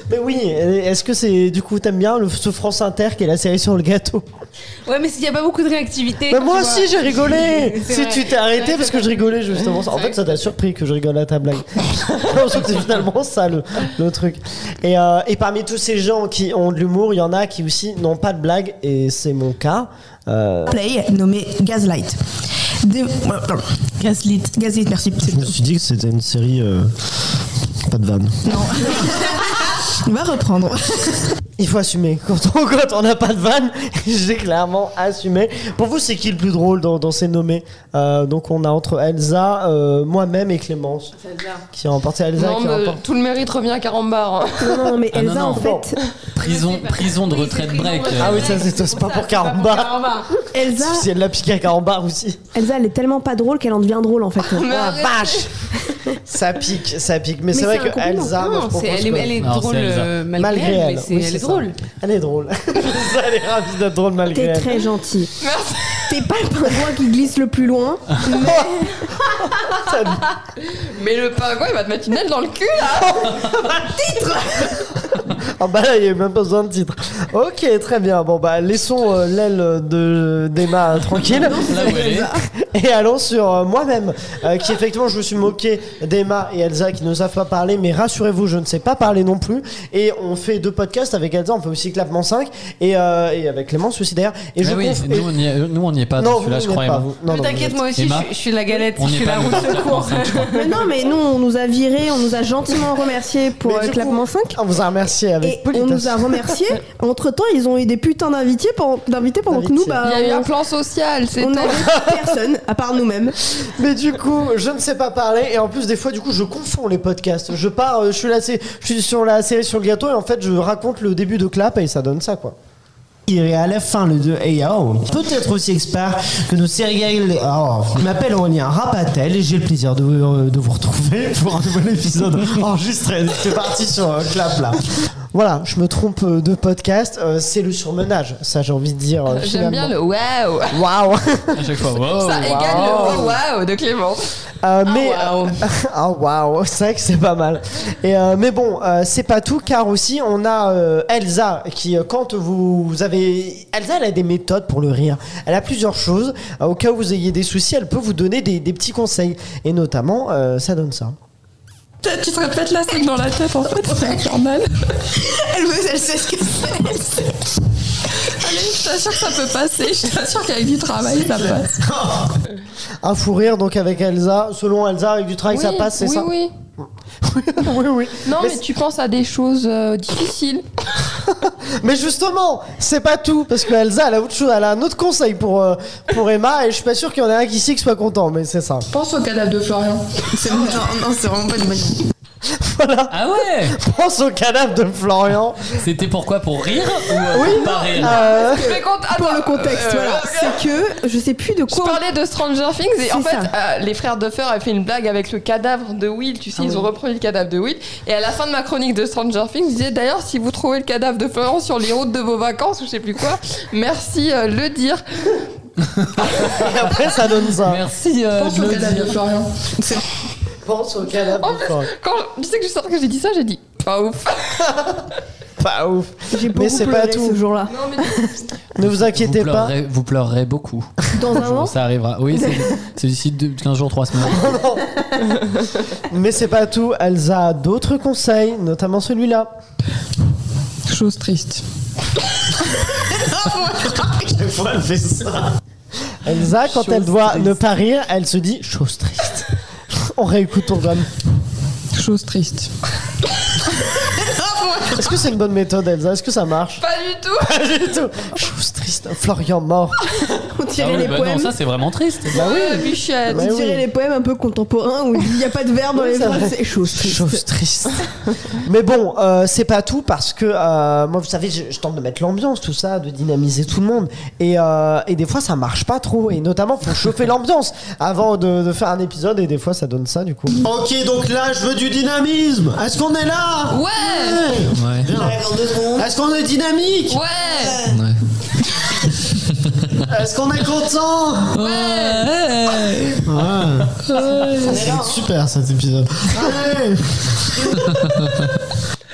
Speaker 2: Mais oui, est-ce que c'est, du coup, t'aimes bien le, ce France Inter qui est la série sur le gâteau
Speaker 7: Ouais, mais s'il n'y a pas beaucoup de réactivité.
Speaker 2: Mais moi
Speaker 7: tu vois.
Speaker 2: aussi j'ai rigolé
Speaker 7: C'est
Speaker 2: Si
Speaker 7: vrai.
Speaker 2: tu t'es
Speaker 7: C'est
Speaker 2: arrêté
Speaker 7: vrai,
Speaker 2: parce
Speaker 7: c'est
Speaker 2: que je
Speaker 7: vrai.
Speaker 2: rigolais justement. En fait ça t'a surpris que je rigole à ta blague. Sauf que c'est finalement ça le, le truc. Et, euh, et parmi tous ces gens qui ont de l'humour, il y en a qui aussi n'ont pas de blague et c'est mon cas. Euh,
Speaker 9: Play nommé Gaslight. Des- Gaslit. Gaslit, merci.
Speaker 11: Je me suis dit que c'était une série. euh, Pas de vanne.
Speaker 9: On va reprendre.
Speaker 2: il faut assumer. Quand on quand on n'a pas de vanne, j'ai clairement assumé. Pour vous c'est qui le plus drôle dans, dans ces nommés Euh, Donc on a entre Elsa, euh, moi-même et Clémence
Speaker 7: C'est bizarre.
Speaker 2: qui a remporté Elsa.
Speaker 3: Non,
Speaker 2: qui a
Speaker 3: mais
Speaker 2: remporté-
Speaker 3: tout le mérite revient à Carambar.
Speaker 5: Non, non, non, mais
Speaker 6: Ah, non,
Speaker 5: Elsa,
Speaker 6: non.
Speaker 5: en fait,
Speaker 6: Prison, prison de
Speaker 7: Oui, c'est
Speaker 6: retraite
Speaker 7: prison de
Speaker 6: break. euh,
Speaker 7: retraite
Speaker 2: Ah oui
Speaker 7: break.
Speaker 2: ça c'est c'est pas pour Caramba.
Speaker 7: Caramba.
Speaker 5: Elsa,
Speaker 2: Si elle l'a piqué à carambar aussi.
Speaker 5: Elsa, elle est tellement pas drôle qu'elle en devient drôle en fait.
Speaker 3: Mais arrête.
Speaker 2: Ça pique, ça pique. Mais,
Speaker 5: Mais
Speaker 2: c'est vrai
Speaker 5: c'est un
Speaker 2: que
Speaker 5: compliment.
Speaker 2: Elsa, moi, je
Speaker 7: Non,
Speaker 2: propose
Speaker 7: c'est- elle
Speaker 2: que-
Speaker 7: est, elle est
Speaker 6: Non,
Speaker 7: drôle
Speaker 6: c'est Elsa.
Speaker 7: euh, malgré,
Speaker 2: malgré
Speaker 7: elle,
Speaker 2: elle.
Speaker 7: mais c'est-
Speaker 2: oui,
Speaker 7: elle
Speaker 2: c'est
Speaker 7: est
Speaker 2: ça.
Speaker 7: drôle.
Speaker 2: Elle est drôle. Ça, elle est ravie d'être drôle malgré
Speaker 5: T'es
Speaker 2: elle.
Speaker 5: très gentil.
Speaker 3: Merci.
Speaker 5: T'es pas le pingouin qui glisse le plus loin.
Speaker 3: Mais le pingouin, il va te mettre une aile dans le cul, là.
Speaker 2: Ah bah là, il n'y a eu même pas besoin de titre. Ok, très bien. Bon bah, laissons euh, l'aile de d'Emma euh, tranquille.
Speaker 6: Là où elle est.
Speaker 2: Et allons sur euh, moi-même, euh, qui effectivement, je me suis moqué d'Emma et Elsa qui ne savent pas parler, mais rassurez-vous, je ne sais pas parler non plus. Et on fait deux podcasts avec Elsa, on fait aussi Clapement 5 et, euh, et avec Clémence aussi d'ailleurs. Et je
Speaker 6: Ah oui,
Speaker 2: conf-
Speaker 6: nous, on y est- nous, on n'y est pas
Speaker 2: non,
Speaker 6: dans celui-là,
Speaker 2: vous
Speaker 6: je
Speaker 2: n'êtes
Speaker 6: crois.
Speaker 2: pas,
Speaker 6: Emma.
Speaker 2: vous. Non, non, vous
Speaker 7: T'inquiète,
Speaker 2: n'êtes-
Speaker 7: moi aussi,
Speaker 6: Emma,
Speaker 7: je, je suis la galette,
Speaker 6: on
Speaker 7: je
Speaker 6: n'est
Speaker 7: suis
Speaker 6: pas
Speaker 7: la roue
Speaker 6: dans
Speaker 7: de
Speaker 6: le
Speaker 7: secours.
Speaker 5: Mais non, mais nous, on nous a virés, on nous a gentiment remerciés pour
Speaker 2: Mais
Speaker 5: euh,
Speaker 2: du coup,
Speaker 5: Clapement 5.
Speaker 2: On vous a remercié
Speaker 5: Et
Speaker 2: avec
Speaker 5: on
Speaker 2: politesse.
Speaker 5: nous a remerciés. Entre temps, ils ont eu des putains d'invités pendant, d'invités pendant que nous, bah,
Speaker 3: Il y a eu un plan social, c'est
Speaker 5: on
Speaker 3: tout.
Speaker 5: n'avait personne à part nous-mêmes.
Speaker 2: Mais du coup, je ne sais pas parler et en plus des fois, du coup, je confonds les podcasts. Je pars, euh, je suis là, c'est- je suis sur la série sur le gâteau et en fait, je raconte le début de clap et ça donne ça quoi.
Speaker 11: Il est à la fin le 2 et oh, peut-être aussi expert que nos séries oh, je m'appelle Aurélien Rapatel et j'ai le plaisir de, vous- euh, de vous retrouver pour un nouvel épisode enregistré c'est parti sur euh, clap là
Speaker 2: Voilà, je me trompe euh, de podcast, euh, c'est le surmenage. Ça, j'ai envie de dire. euh,
Speaker 3: J'aime bien
Speaker 2: finalement.
Speaker 3: le waouh.
Speaker 2: Waouh
Speaker 6: À chaque fois, wow.
Speaker 3: Ça égale le waouh de Clément.
Speaker 2: Euh, mais ah waouh, c'est vrai que c'est pas mal. Et euh, mais bon, euh, c'est pas tout car aussi on a euh, Elsa qui euh, quand vous avez Elsa, elle a des méthodes pour le rire. Elle a plusieurs choses. Euh, au cas où vous ayez des soucis, elle peut vous donner des, des petits conseils et notamment euh, ça donne ça.
Speaker 3: Peut-être tu te répètes la scène dans la tête en fait, c'est infernal.
Speaker 9: Elle veut, elle sait ce que c'est.
Speaker 3: Allez, je t'assure que ça peut passer, je t'assure qu'avec du travail ça passe.
Speaker 2: Un fou rire donc avec Elsa, selon Elsa avec du travail ça
Speaker 3: Oui,
Speaker 2: passe, c'est
Speaker 3: oui,
Speaker 2: ça.
Speaker 3: Oui,
Speaker 2: oui, oui.
Speaker 3: Non, mais, tu penses à des choses euh, difficiles.
Speaker 2: Mais justement, c'est pas tout parce que Elsa elle a autre chose, elle a un autre conseil pour euh, pour Emma et je suis pas sûr qu'il y en ait un qui ici qui soit content, mais c'est ça.
Speaker 3: Pense au cadavre de Florian.
Speaker 9: C'est- Non, non, c'est vraiment pas une bonne idée.
Speaker 2: Voilà.
Speaker 6: Ah ouais
Speaker 2: Pense au cadavre de Florian.
Speaker 6: C'était pourquoi Pour rire ou euh,
Speaker 2: Oui,
Speaker 6: pas rire
Speaker 2: Euh,
Speaker 5: Pour le contexte,
Speaker 7: euh,
Speaker 5: voilà. C'est que je sais plus de
Speaker 3: Je
Speaker 5: quoi.
Speaker 3: parlais de Stranger Things et en
Speaker 5: C'est
Speaker 3: fait,
Speaker 5: ça.
Speaker 3: euh, les frères Duffer avaient fait une blague avec le cadavre de Will. Tu sais, ils ont reproduit le cadavre de Will. Et à la fin de ma chronique de Stranger Things, je disais d'ailleurs, si vous trouvez le cadavre de Florian sur les routes de vos vacances ou je sais plus quoi, merci euh, le dire.
Speaker 2: et après ça donne ça.
Speaker 6: Merci. euh,
Speaker 3: Pense au
Speaker 6: de le
Speaker 3: cadavre
Speaker 6: dire.
Speaker 3: de Florian.
Speaker 2: Pense au cadavre de Florian.
Speaker 3: Quand je- tu sais que je sortais que j'ai dit ça, j'ai dit pas ouf.
Speaker 2: Pas ouf.
Speaker 5: J'ai
Speaker 2: Mais
Speaker 5: beaucoup
Speaker 2: c'est pas
Speaker 5: pleuré ce
Speaker 2: tout.
Speaker 5: jour-là.
Speaker 3: Non, mais
Speaker 2: Ne vous inquiétez
Speaker 6: vous
Speaker 2: pas.
Speaker 6: pleurerez, vous pleurerez beaucoup.
Speaker 5: Dans un an,
Speaker 6: Ça arrivera. Oui, c'est- c'est d'ici deux- 15 jours, 3 semaines.
Speaker 2: Mais c'est pas tout. Elsa a d'autres conseils, notamment celui-là.
Speaker 3: Chose triste.
Speaker 11: Chaque fois, elle fait ça.
Speaker 2: Elsa, quand
Speaker 6: Chose
Speaker 2: elle doit
Speaker 6: triste.
Speaker 2: ne pas rire, elle se dit chose triste. On réécoute ton gamme.
Speaker 3: Chose triste.
Speaker 2: Est-ce que c'est une bonne méthode, Elsa Est-ce que ça marche
Speaker 3: Pas du tout.
Speaker 2: Pas du tout. Chose triste. Florian mort.
Speaker 5: on
Speaker 6: Ah
Speaker 5: tirait
Speaker 6: oui,
Speaker 5: les
Speaker 6: bah non,
Speaker 5: poèmes.
Speaker 6: ça c'est vraiment triste.
Speaker 2: Bah oui.
Speaker 3: Euh, Bichette.
Speaker 2: Bah
Speaker 5: On
Speaker 2: oui.
Speaker 5: tirait les poèmes un peu contemporains où il n'y a pas de verbe dans
Speaker 2: Oui,
Speaker 5: les
Speaker 2: ça va.
Speaker 5: phrases. C'est chose triste.
Speaker 2: Chose triste. Mais bon, euh, c'est pas tout parce que euh, moi, vous savez, je, je tente de mettre l'ambiance, tout ça, de dynamiser tout le monde. Et, euh, et des fois, ça marche pas trop. Et notamment, faut chauffer l'ambiance avant de, de faire un épisode. Et des fois, ça donne ça, du coup.
Speaker 11: Ok, donc là, je veux du dynamisme. Est-ce qu'on est là
Speaker 3: Ouais.
Speaker 6: Ouais.
Speaker 11: Bien. Est-ce qu'on est dynamique
Speaker 3: Ouais.
Speaker 11: Est-ce qu'on est content Ouais. C'est super cet épisode. Allez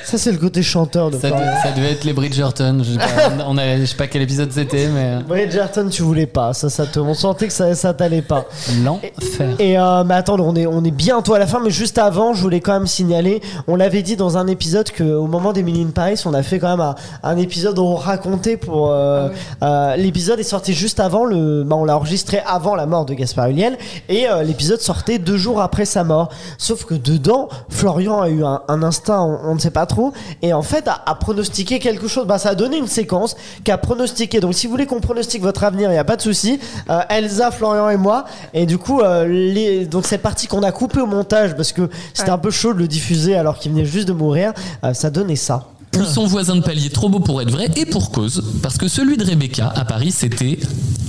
Speaker 2: Ça, c'est le côté chanteur de
Speaker 6: Ça,
Speaker 2: Florian.
Speaker 6: devait- ça devait être les Bridgerton. Je sais pas, on a, je sais pas quel épisode c'était, mais.
Speaker 2: Bridgerton, tu voulais pas. Ça, ça te, on sentait que ça, ça t'allait pas.
Speaker 6: euh, L'enfer.
Speaker 2: Et euh, mais attends, on est, on est bientôt à la fin, mais juste avant, je voulais quand même signaler, on l'avait dit dans un épisode que au moment d'Emily in Paris, on a fait quand même un, un épisode où on racontait pour... euh, euh, l'épisode est sorti juste avant, le, bah, on l'a enregistré avant la mort de Gaspard Huliel, et euh, l'épisode sortait deux jours après sa mort. Sauf que dedans, Florian a eu un, un instinct, on, on ne sait pas trop, et en fait a, a pronostiqué quelque chose, bah, ça a donné une séquence qu'a pronostiqué. Donc si vous voulez qu'on pronostique votre avenir, il n'y a pas de souci. Euh, Elsa, Florian et moi. Et du coup, euh, les... donc cette partie qu'on a coupée au montage parce que c'était un peu chaud de le diffuser alors qu'il venait juste de mourir, euh, ça donnait ça.
Speaker 6: Plus son voisin de palier, trop beau pour être vrai, et pour cause, parce que celui de Rebecca à Paris, c'était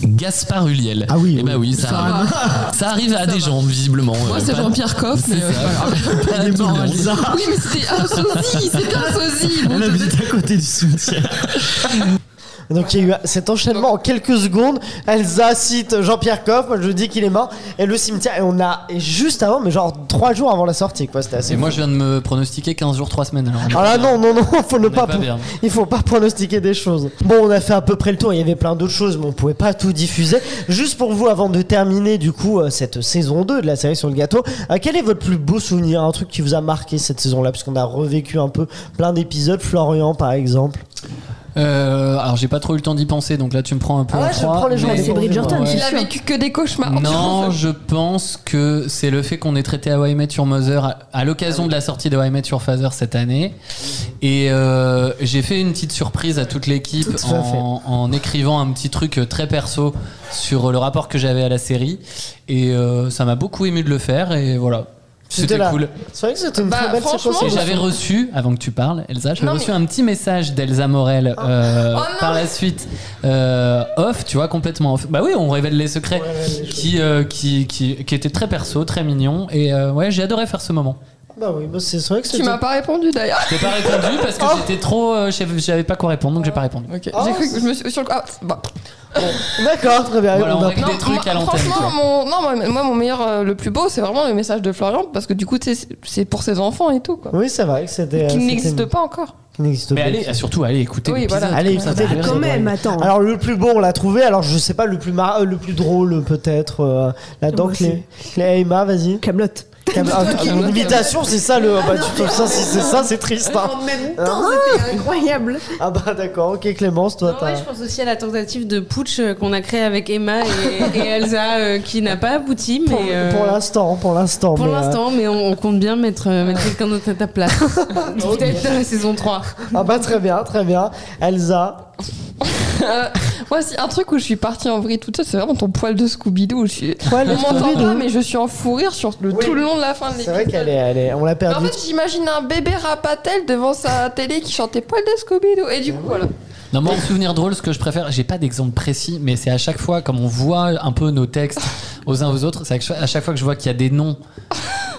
Speaker 6: Gaspard Huliel.
Speaker 11: Ah oui,
Speaker 6: Eh ben oui, ça, arrive. Ça arrive à des gens, visiblement.
Speaker 3: Moi,
Speaker 6: Euh,
Speaker 3: c'est
Speaker 6: pas-
Speaker 3: Jean-Pierre Coff, mais
Speaker 6: C'est
Speaker 3: euh,
Speaker 6: ça.
Speaker 3: c'est pas grave.
Speaker 6: pas à tout le monde.
Speaker 3: Oui, mais c'était un sosie, c'était un sosie. Bon,
Speaker 11: Elle
Speaker 3: je-
Speaker 11: habite à côté du soutien.
Speaker 2: Donc il y a eu cet enchaînement en quelques secondes. Elsa cite Jean-Pierre Coff, moi je dis qu'il est mort, et le cimetière. Et on a et juste avant, mais genre trois jours avant la sortie, quoi. C'était assez.
Speaker 6: Et moi, je viens de me pronostiquer 15 jours, 3 semaines. Alors, on est
Speaker 2: Ah là
Speaker 6: pas bien.
Speaker 2: non, non, non, faut ne
Speaker 6: On est
Speaker 2: pas,
Speaker 6: pas bien.
Speaker 2: il faut pas pronostiquer des choses. Bon, on a fait à peu près le tour, il y avait plein d'autres choses, mais on pouvait pas tout diffuser. Juste pour vous, avant de terminer du coup euh, cette saison 2 de la série sur le gâteau, euh, quel est votre plus beau souvenir, un truc qui vous a marqué cette saison-là, parce qu'on a revécu un peu plein d'épisodes, Florian par exemple.
Speaker 6: Euh, alors, j'ai pas trop eu le temps d'y penser, donc là, tu me prends un peu.
Speaker 2: Ah
Speaker 6: en
Speaker 2: ouais, je
Speaker 6: froid,
Speaker 2: prends les gens,
Speaker 6: mais-
Speaker 2: c'est Bridgerton, Bah,
Speaker 6: Ouais.
Speaker 2: c'est
Speaker 3: Il a vécu que des cauchemars.
Speaker 6: Non, je pense que c'est le fait qu'on ait traité Hawaii Met Your Mother à, à
Speaker 2: Ah
Speaker 6: l'occasion de la sortie de How I Met Your Father cette année. Et euh, j'ai fait une petite surprise à toute l'équipe
Speaker 2: Tout à
Speaker 6: en, en écrivant un petit truc euh, très perso sur euh, le rapport que j'avais à la série. Et euh, ça m'a beaucoup ému de le faire. Et voilà, c'était
Speaker 2: là.
Speaker 6: cool.
Speaker 2: C'est vrai que c'était une
Speaker 3: Bah,
Speaker 2: très belle
Speaker 3: franchement,
Speaker 6: Et
Speaker 2: séquence.
Speaker 6: j'avais reçu, avant que tu parles, Elsa, j'avais
Speaker 3: Non, Oh.
Speaker 6: reçu un petit message d'Elsa Morel euh, par la suite, euh, off, tu vois, complètement off. Bah oui, on révèle les secrets, qui, euh, qui, qui, qui était très perso, très mignon. Et euh, ouais, j'ai adoré faire ce moment.
Speaker 2: Bah oui, bah c'est c'est vrai que
Speaker 3: Tu
Speaker 2: c'était.
Speaker 3: m'as pas répondu d'ailleurs.
Speaker 6: J'ai pas
Speaker 3: Oh.
Speaker 6: répondu parce que j'étais trop. euh, j'avais j'avais pas quoi répondre, donc j'ai pas répondu.
Speaker 3: Ok, j'ai cru que je me suis. Sur le... ah, bah,
Speaker 2: D'accord, très bien. Bah,
Speaker 6: Voilà,
Speaker 2: on
Speaker 6: on
Speaker 2: va-
Speaker 6: règle des trucs à l'antenne.
Speaker 3: Franchement, mon, non, moi, moi, mon meilleur, euh, le plus beau, c'est vraiment le message de Florian, parce que du coup, tu sais, c'est c'est pour ses enfants et tout, quoi.
Speaker 2: Oui, c'est vrai que c'était.
Speaker 3: qui
Speaker 2: euh,
Speaker 3: n'existe
Speaker 2: c'était-
Speaker 3: pas encore.
Speaker 2: Qui n'existe
Speaker 6: Mais
Speaker 2: pas.
Speaker 6: allez, surtout, allez écouter
Speaker 3: Oui,
Speaker 6: l'épisode.
Speaker 3: voilà.
Speaker 2: Allez, écoutez,
Speaker 6: Ah,
Speaker 2: le
Speaker 6: quand
Speaker 2: plus
Speaker 6: même,
Speaker 2: drôle.
Speaker 6: attends.
Speaker 2: Alors le plus bon, on l'a trouvé. Alors je sais pas le plus mar... euh, le plus drôle peut-être euh, là-dedans.
Speaker 15: Moi
Speaker 2: Clé, Clé eh, Emma, vas-y. Ah,
Speaker 5: Camelot.
Speaker 2: Une invitation, c'est ça
Speaker 6: Ah,
Speaker 2: le. bah, tu- ça, si c'est ça, c'est triste. hein.
Speaker 5: En même temps, c'était incroyable.
Speaker 2: Ah bah d'accord, ok Clémence, toi
Speaker 1: Ah Ouais,
Speaker 2: t'as.
Speaker 1: je pense aussi à la tentative de putsch euh, qu'on a créée avec Emma et, et Elsa, euh, qui n'a pas abouti, mais
Speaker 2: Pour,
Speaker 1: euh,
Speaker 2: pour l'instant, pour l'instant.
Speaker 1: pour
Speaker 2: mais, euh,
Speaker 1: l'instant, mais on, on compte bien mettre, euh, mettre quelqu'un d'autre à ta place. Peut-être dans la saison 3.
Speaker 2: Ah bah très bien, très bien. Elsa.
Speaker 3: Euh, Moi, c'est un truc où je suis partie en vrille toute seule, c'est vraiment ton poil de Scooby-Doo. Je suis...
Speaker 2: Poil de
Speaker 3: On m'entend
Speaker 2: Scooby-Doo.
Speaker 3: pas, mais je suis en fou rire sur le, tout le long de la fin de
Speaker 2: C'est vrai
Speaker 3: l'épisode.
Speaker 2: qu'elle est, elle est- on l'a
Speaker 3: Mais En
Speaker 2: perdue.
Speaker 3: fait, j'imagine un bébé rapatel devant sa télé qui chantait poil de Scooby-Doo. Et du coup, voilà.
Speaker 6: Non, moi, en souvenir drôle, ce que je préfère, j'ai pas d'exemple précis, mais c'est à chaque fois, comme on voit un peu nos textes aux uns aux autres, c'est à chaque- à chaque fois que je vois qu'il y a des noms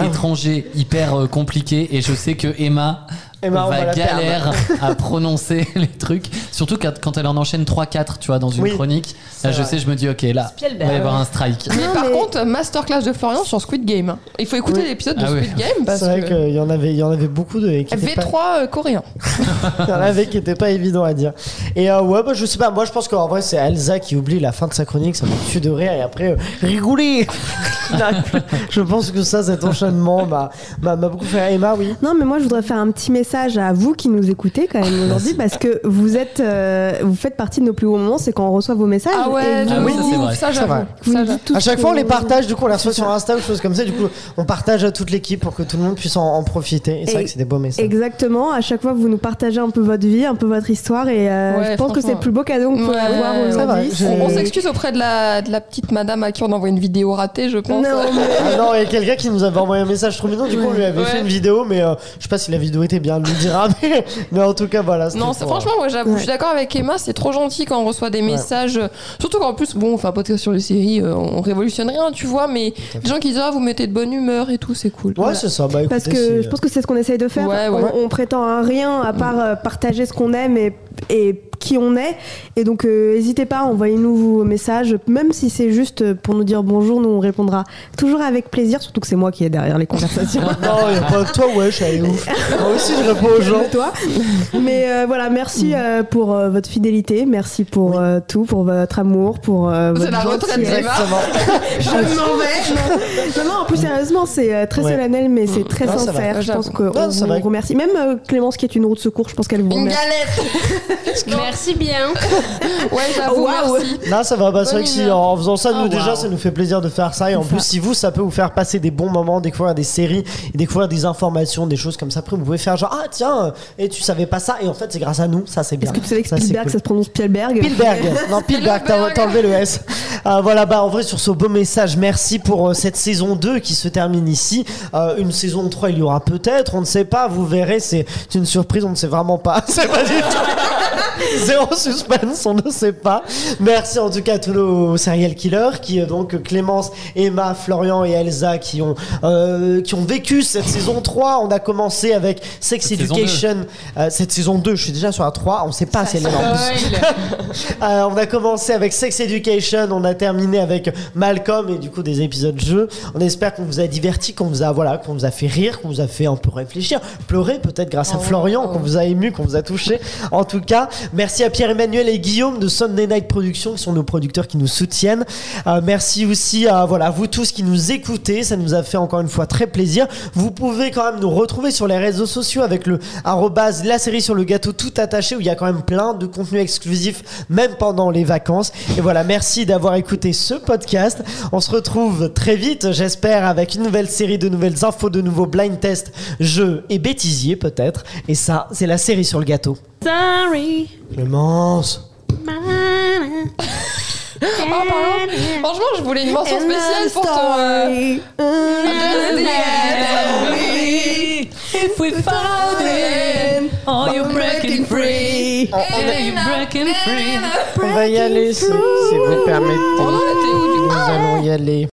Speaker 6: étrangers hyper euh, compliqués, et je sais que Emma,
Speaker 2: Emma, on va
Speaker 6: va
Speaker 2: la
Speaker 6: galère
Speaker 2: perdre.
Speaker 6: à prononcer les trucs, surtout quand, quand elle en enchaîne 3-4, tu vois, dans une
Speaker 2: Oui,
Speaker 6: chronique. Là, je
Speaker 2: vrai.
Speaker 6: sais, je me dis, ok, là,
Speaker 3: Spielberg.
Speaker 6: on va y avoir un strike.
Speaker 2: Ah,
Speaker 3: Mais par contre, masterclass de Florian sur Squid Game. Il faut écouter l'épisode de
Speaker 6: Ah oui.
Speaker 3: Squid Game parce
Speaker 2: C'est vrai
Speaker 3: que.
Speaker 2: qu'il y en avait, il y en avait beaucoup de. qui étaient pas-
Speaker 3: V3 euh, coréen.
Speaker 2: Il y en avait qui n'étaient pas évident à dire. Et euh, ouais, bah, je sais pas, moi je pense qu'en vrai c'est Elsa qui oublie la fin de sa chronique, ça me tue de rire et après euh, rigoler Je pense que ça, cet enchaînement m'a m'a- m'a beaucoup fait. Emma, oui.
Speaker 5: Non, mais moi je voudrais faire un petit message à vous qui nous écoutez quand même aujourd'hui parce que vous êtes, euh, vous faites partie de nos plus beaux moments, c'est quand on reçoit vos messages.
Speaker 3: Ah ouais,
Speaker 5: et
Speaker 3: de
Speaker 5: vous
Speaker 3: ouf,
Speaker 5: nous dites-
Speaker 6: vrai.
Speaker 3: ça
Speaker 5: C'est
Speaker 3: j'avoue.
Speaker 5: vrai. Vous nous dites tout
Speaker 2: À
Speaker 5: ce
Speaker 2: chaque
Speaker 5: que
Speaker 2: fois, on les
Speaker 5: vous-
Speaker 2: partage, du coup, on les reçoit sur Insta ou choses comme ça. Du coup, on partage à toute l'équipe pour que tout le monde puisse en, en profiter. Et c'est vrai
Speaker 5: Et-
Speaker 2: que c'est des beaux messages.
Speaker 5: Exactement, à chaque fois vous nous partagez un peu votre vie, un peu votre histoire et euh,
Speaker 3: Ouais,
Speaker 5: je pense que c'est
Speaker 3: franchement.
Speaker 5: le plus beau cadeau qu'on peut
Speaker 3: Ouais,
Speaker 5: avoir
Speaker 3: ouais,
Speaker 5: aujourd'hui.
Speaker 2: C'est vrai,
Speaker 3: On
Speaker 2: j'ai-
Speaker 3: s'excuse auprès de la, de la petite madame à qui on envoie une vidéo ratée, je pense.
Speaker 5: Non, mais-
Speaker 2: Ah non, il y a quelqu'un qui nous avait envoyé un message trop mignon. Du coup, on lui avait
Speaker 3: Ouais.
Speaker 2: fait une vidéo, mais euh, je sais pas si la vidéo était bien, elle nous dira. Mais, mais en tout cas, voilà. c'était
Speaker 3: Non, c'est-
Speaker 2: pour, euh,
Speaker 3: franchement, moi j'avoue, je suis d'accord avec Emma, c'est trop gentil quand on reçoit des messages. euh, Surtout qu'en plus, bon, on fait un podcast sur les séries, euh, on révolutionne rien, tu vois, mais des gens qui disent Ah, vous mettez de bonne humeur et tout, c'est cool.
Speaker 2: Ouais, c'est ça. Bah,
Speaker 5: Parce
Speaker 2: écoutez,
Speaker 5: que
Speaker 2: c'est-
Speaker 5: je pense que c'est ce qu'on essaye de faire.
Speaker 3: Ouais, ouais.
Speaker 5: On, on prétend à rien à part euh, partager ce qu'on aime et, et qui on est. Et donc, euh, n'hésitez pas, envoyez-nous vos messages, même si c'est juste pour nous dire bonjour, nous on répondra toujours avec plaisir, surtout que c'est moi qui est derrière les conversations.
Speaker 2: Non, y a pas toi, ouais, je suis allé ouf. Moi aussi, je réponds aux gens.
Speaker 5: Toi. Mais euh, voilà, merci euh, pour euh, votre fidélité, merci pour euh, tout, pour votre amour, pour euh,
Speaker 3: C'est
Speaker 5: votre
Speaker 3: la retraite
Speaker 5: gentillesse.
Speaker 3: d'Emma.
Speaker 5: Je m'en vais. Non, non, en plus, sérieusement, c'est euh, très
Speaker 2: Ouais.
Speaker 5: solennel, mais c'est très
Speaker 2: Non, ça va.
Speaker 5: sincère. Je pense qu'on
Speaker 2: Non, ça va.
Speaker 5: vous remercie. Même euh, Clémence, qui est une roue de secours, je pense qu'elle vous
Speaker 3: Une
Speaker 5: remercie.
Speaker 3: galette
Speaker 1: Merci bien.
Speaker 3: Ouais, j'avoue,
Speaker 5: Waouh.
Speaker 3: merci.
Speaker 2: Là, ça va. Bah, c'est vrai que si, en en faisant ça, nous,
Speaker 3: Ah,
Speaker 2: déjà,
Speaker 3: waouh.
Speaker 2: ça nous fait plaisir de faire ça. Et en plus, si vous, ça peut vous faire passer des bons moments, découvrir des séries, et découvrir des informations, des choses comme ça. Après, vous pouvez faire genre, ah, tiens, euh, et tu savais pas ça. Et en fait, c'est grâce à nous. Ça, c'est bien.
Speaker 5: Est-ce que tu savais que
Speaker 2: Ça, c'est
Speaker 5: Spielberg,
Speaker 2: cool.
Speaker 5: ça se prononce Spielberg
Speaker 2: Spielberg. Non, Spielberg, t'as t'as enlevé le S. Euh, voilà, bah en vrai, sur ce beau message, merci pour euh, cette saison 2 qui se termine ici. Euh, une saison 3, il y aura peut-être, on ne sait pas, vous verrez, c'est une surprise, on ne sait vraiment pas. C'est pas du tout. Zéro suspense, on ne sait pas. Merci en tout cas à tous nos serial killers qui euh, donc euh, Clémence, Emma, Florian et Elsa qui ont euh, qui ont vécu cette saison 3. On a commencé avec Sex
Speaker 6: Cette saison
Speaker 2: Education, euh, cette saison 2, je suis déjà sur la 3, on sait pas si elle est là, en plus. Euh, on a commencé avec Sex Education, on a terminé avec Malcolm et du coup des épisodes jeux. On espère qu'on vous a diverti, qu'on vous a voilà, qu'on vous a fait rire, qu'on vous a fait un peu réfléchir, pleurer peut-être grâce à Florian, qu'on vous a ému, qu'on vous a touché. En tout cas, merci à Pierre-Emmanuel et Guillaume de Sunday Night Productions qui sont nos producteurs qui nous soutiennent. Euh, merci aussi à voilà, vous tous qui nous écoutez, ça nous a fait encore une fois très plaisir. Vous pouvez quand même nous retrouver sur les réseaux sociaux avec le arrobase la série sur le gâteau tout attaché où il y a quand même plein de contenu exclusif même pendant les vacances. Et voilà, merci d'avoir écouté ce podcast. On se retrouve très vite, j'espère, avec une nouvelle série, de nouvelles infos, de nouveaux blind tests, jeux et bêtisiers peut-être. Et ça, c'est la série sur le gâteau.
Speaker 1: Sorry.
Speaker 2: Clémence.
Speaker 3: Oh, pardon. Franchement, je voulais une mention spéciale pour ton. euh,
Speaker 1: If we found it, oh, you're breaking free. Oh, you're breaking free.
Speaker 2: On va y aller si, si vous permettez.
Speaker 3: Oh, non, mais t'es où, du coup
Speaker 2: Nous allons y aller.